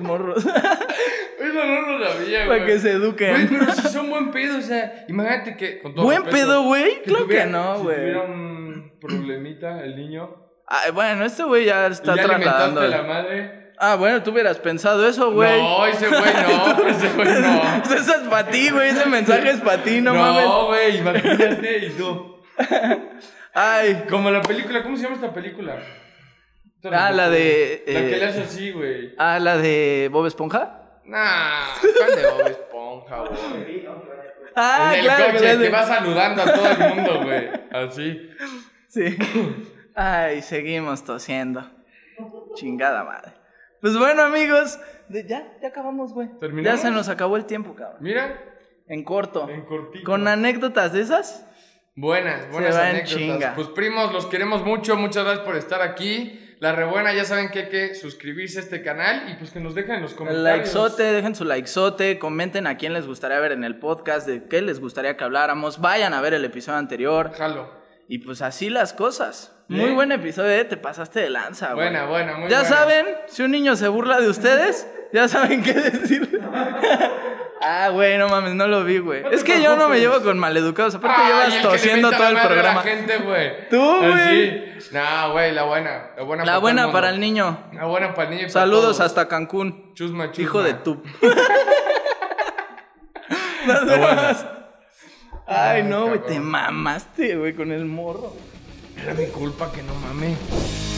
[SPEAKER 2] morros.
[SPEAKER 1] Eso no lo sabía, güey.
[SPEAKER 2] Para que se
[SPEAKER 1] Güey,
[SPEAKER 2] eduquen.
[SPEAKER 1] pero si son buen pedo, o sea, imagínate que... Con todo
[SPEAKER 2] Buen
[SPEAKER 1] respeto,
[SPEAKER 2] pedo, güey.
[SPEAKER 1] si
[SPEAKER 2] Claro que
[SPEAKER 1] tuviera-
[SPEAKER 2] no,
[SPEAKER 1] si
[SPEAKER 2] güey.
[SPEAKER 1] tuviera un problemita el niño...
[SPEAKER 2] Ay, bueno, este güey ya está
[SPEAKER 1] y ya
[SPEAKER 2] trasladando.
[SPEAKER 1] alimentaste la madre...
[SPEAKER 2] Ah, bueno, tú hubieras pensado eso, güey.
[SPEAKER 1] No, ese güey no, ese güey no.
[SPEAKER 2] Eso es para ti, güey. Ese mensaje es para ti, no, mames.
[SPEAKER 1] No, güey, imagínate, y tú.
[SPEAKER 2] Ay.
[SPEAKER 1] Como la película, ¿cómo se llama esta película?
[SPEAKER 2] Ah, la de,
[SPEAKER 1] La
[SPEAKER 2] eh,
[SPEAKER 1] que le hace así, güey.
[SPEAKER 2] Ah, la de Bob Esponja.
[SPEAKER 1] Nah, ¿cuál de Bob Esponja, güey?
[SPEAKER 2] Ah,
[SPEAKER 1] en el
[SPEAKER 2] claro
[SPEAKER 1] coche
[SPEAKER 2] que la
[SPEAKER 1] te
[SPEAKER 2] de-
[SPEAKER 1] va saludando a todo el mundo, güey. Así.
[SPEAKER 2] Sí. Ay, seguimos tosiendo. Chingada madre. Pues bueno, amigos. de- Ya, ya acabamos, güey. Ya
[SPEAKER 1] ¿Terminamos?
[SPEAKER 2] se nos acabó el tiempo, cabrón.
[SPEAKER 1] Mira,
[SPEAKER 2] En corto.
[SPEAKER 1] en cortito.
[SPEAKER 2] Con anécdotas de esas.
[SPEAKER 1] Buenas, buenas
[SPEAKER 2] Se va en
[SPEAKER 1] anécdotas.
[SPEAKER 2] chinga.
[SPEAKER 1] Pues primos, los queremos mucho, muchas gracias por estar aquí. La rebuena, ya saben que hay que suscribirse a este canal y pues que nos dejen en los
[SPEAKER 2] El
[SPEAKER 1] comentarios.
[SPEAKER 2] likezote, dejen su likezote, comenten a quién les gustaría ver en el podcast, de qué les gustaría que habláramos, vayan a ver el episodio anterior
[SPEAKER 1] Jalo.
[SPEAKER 2] y pues así las cosas. Muy
[SPEAKER 1] Bien.
[SPEAKER 2] buen episodio, eh, te pasaste de lanza, güey.
[SPEAKER 1] Buena, buena, muy
[SPEAKER 2] Ya
[SPEAKER 1] buena.
[SPEAKER 2] saben, si un niño se burla de ustedes, ya saben qué decir. ah, güey, no mames, no lo vi, güey.
[SPEAKER 1] No te
[SPEAKER 2] es que yo no me
[SPEAKER 1] preocupes.
[SPEAKER 2] llevo con maleducados, aparte
[SPEAKER 1] Ay, el
[SPEAKER 2] llevas
[SPEAKER 1] que
[SPEAKER 2] tosiendo
[SPEAKER 1] le mienta
[SPEAKER 2] todo el
[SPEAKER 1] la madre a
[SPEAKER 2] programa.
[SPEAKER 1] La gente, güey.
[SPEAKER 2] Tú, güey.
[SPEAKER 1] Así. Nah, güey, la buena. La buena,
[SPEAKER 2] La
[SPEAKER 1] todo
[SPEAKER 2] buena
[SPEAKER 1] mundo.
[SPEAKER 2] para el niño.
[SPEAKER 1] La buena para el niño. y para
[SPEAKER 2] Saludos
[SPEAKER 1] todos.
[SPEAKER 2] hasta Cancún.
[SPEAKER 1] Chusma, chusma.
[SPEAKER 2] Hijo de tu. Nos vemos. Ay, no, güey, te
[SPEAKER 1] cabrón.
[SPEAKER 2] mamaste, güey, con el morro.
[SPEAKER 1] Era mi culpa que no mames.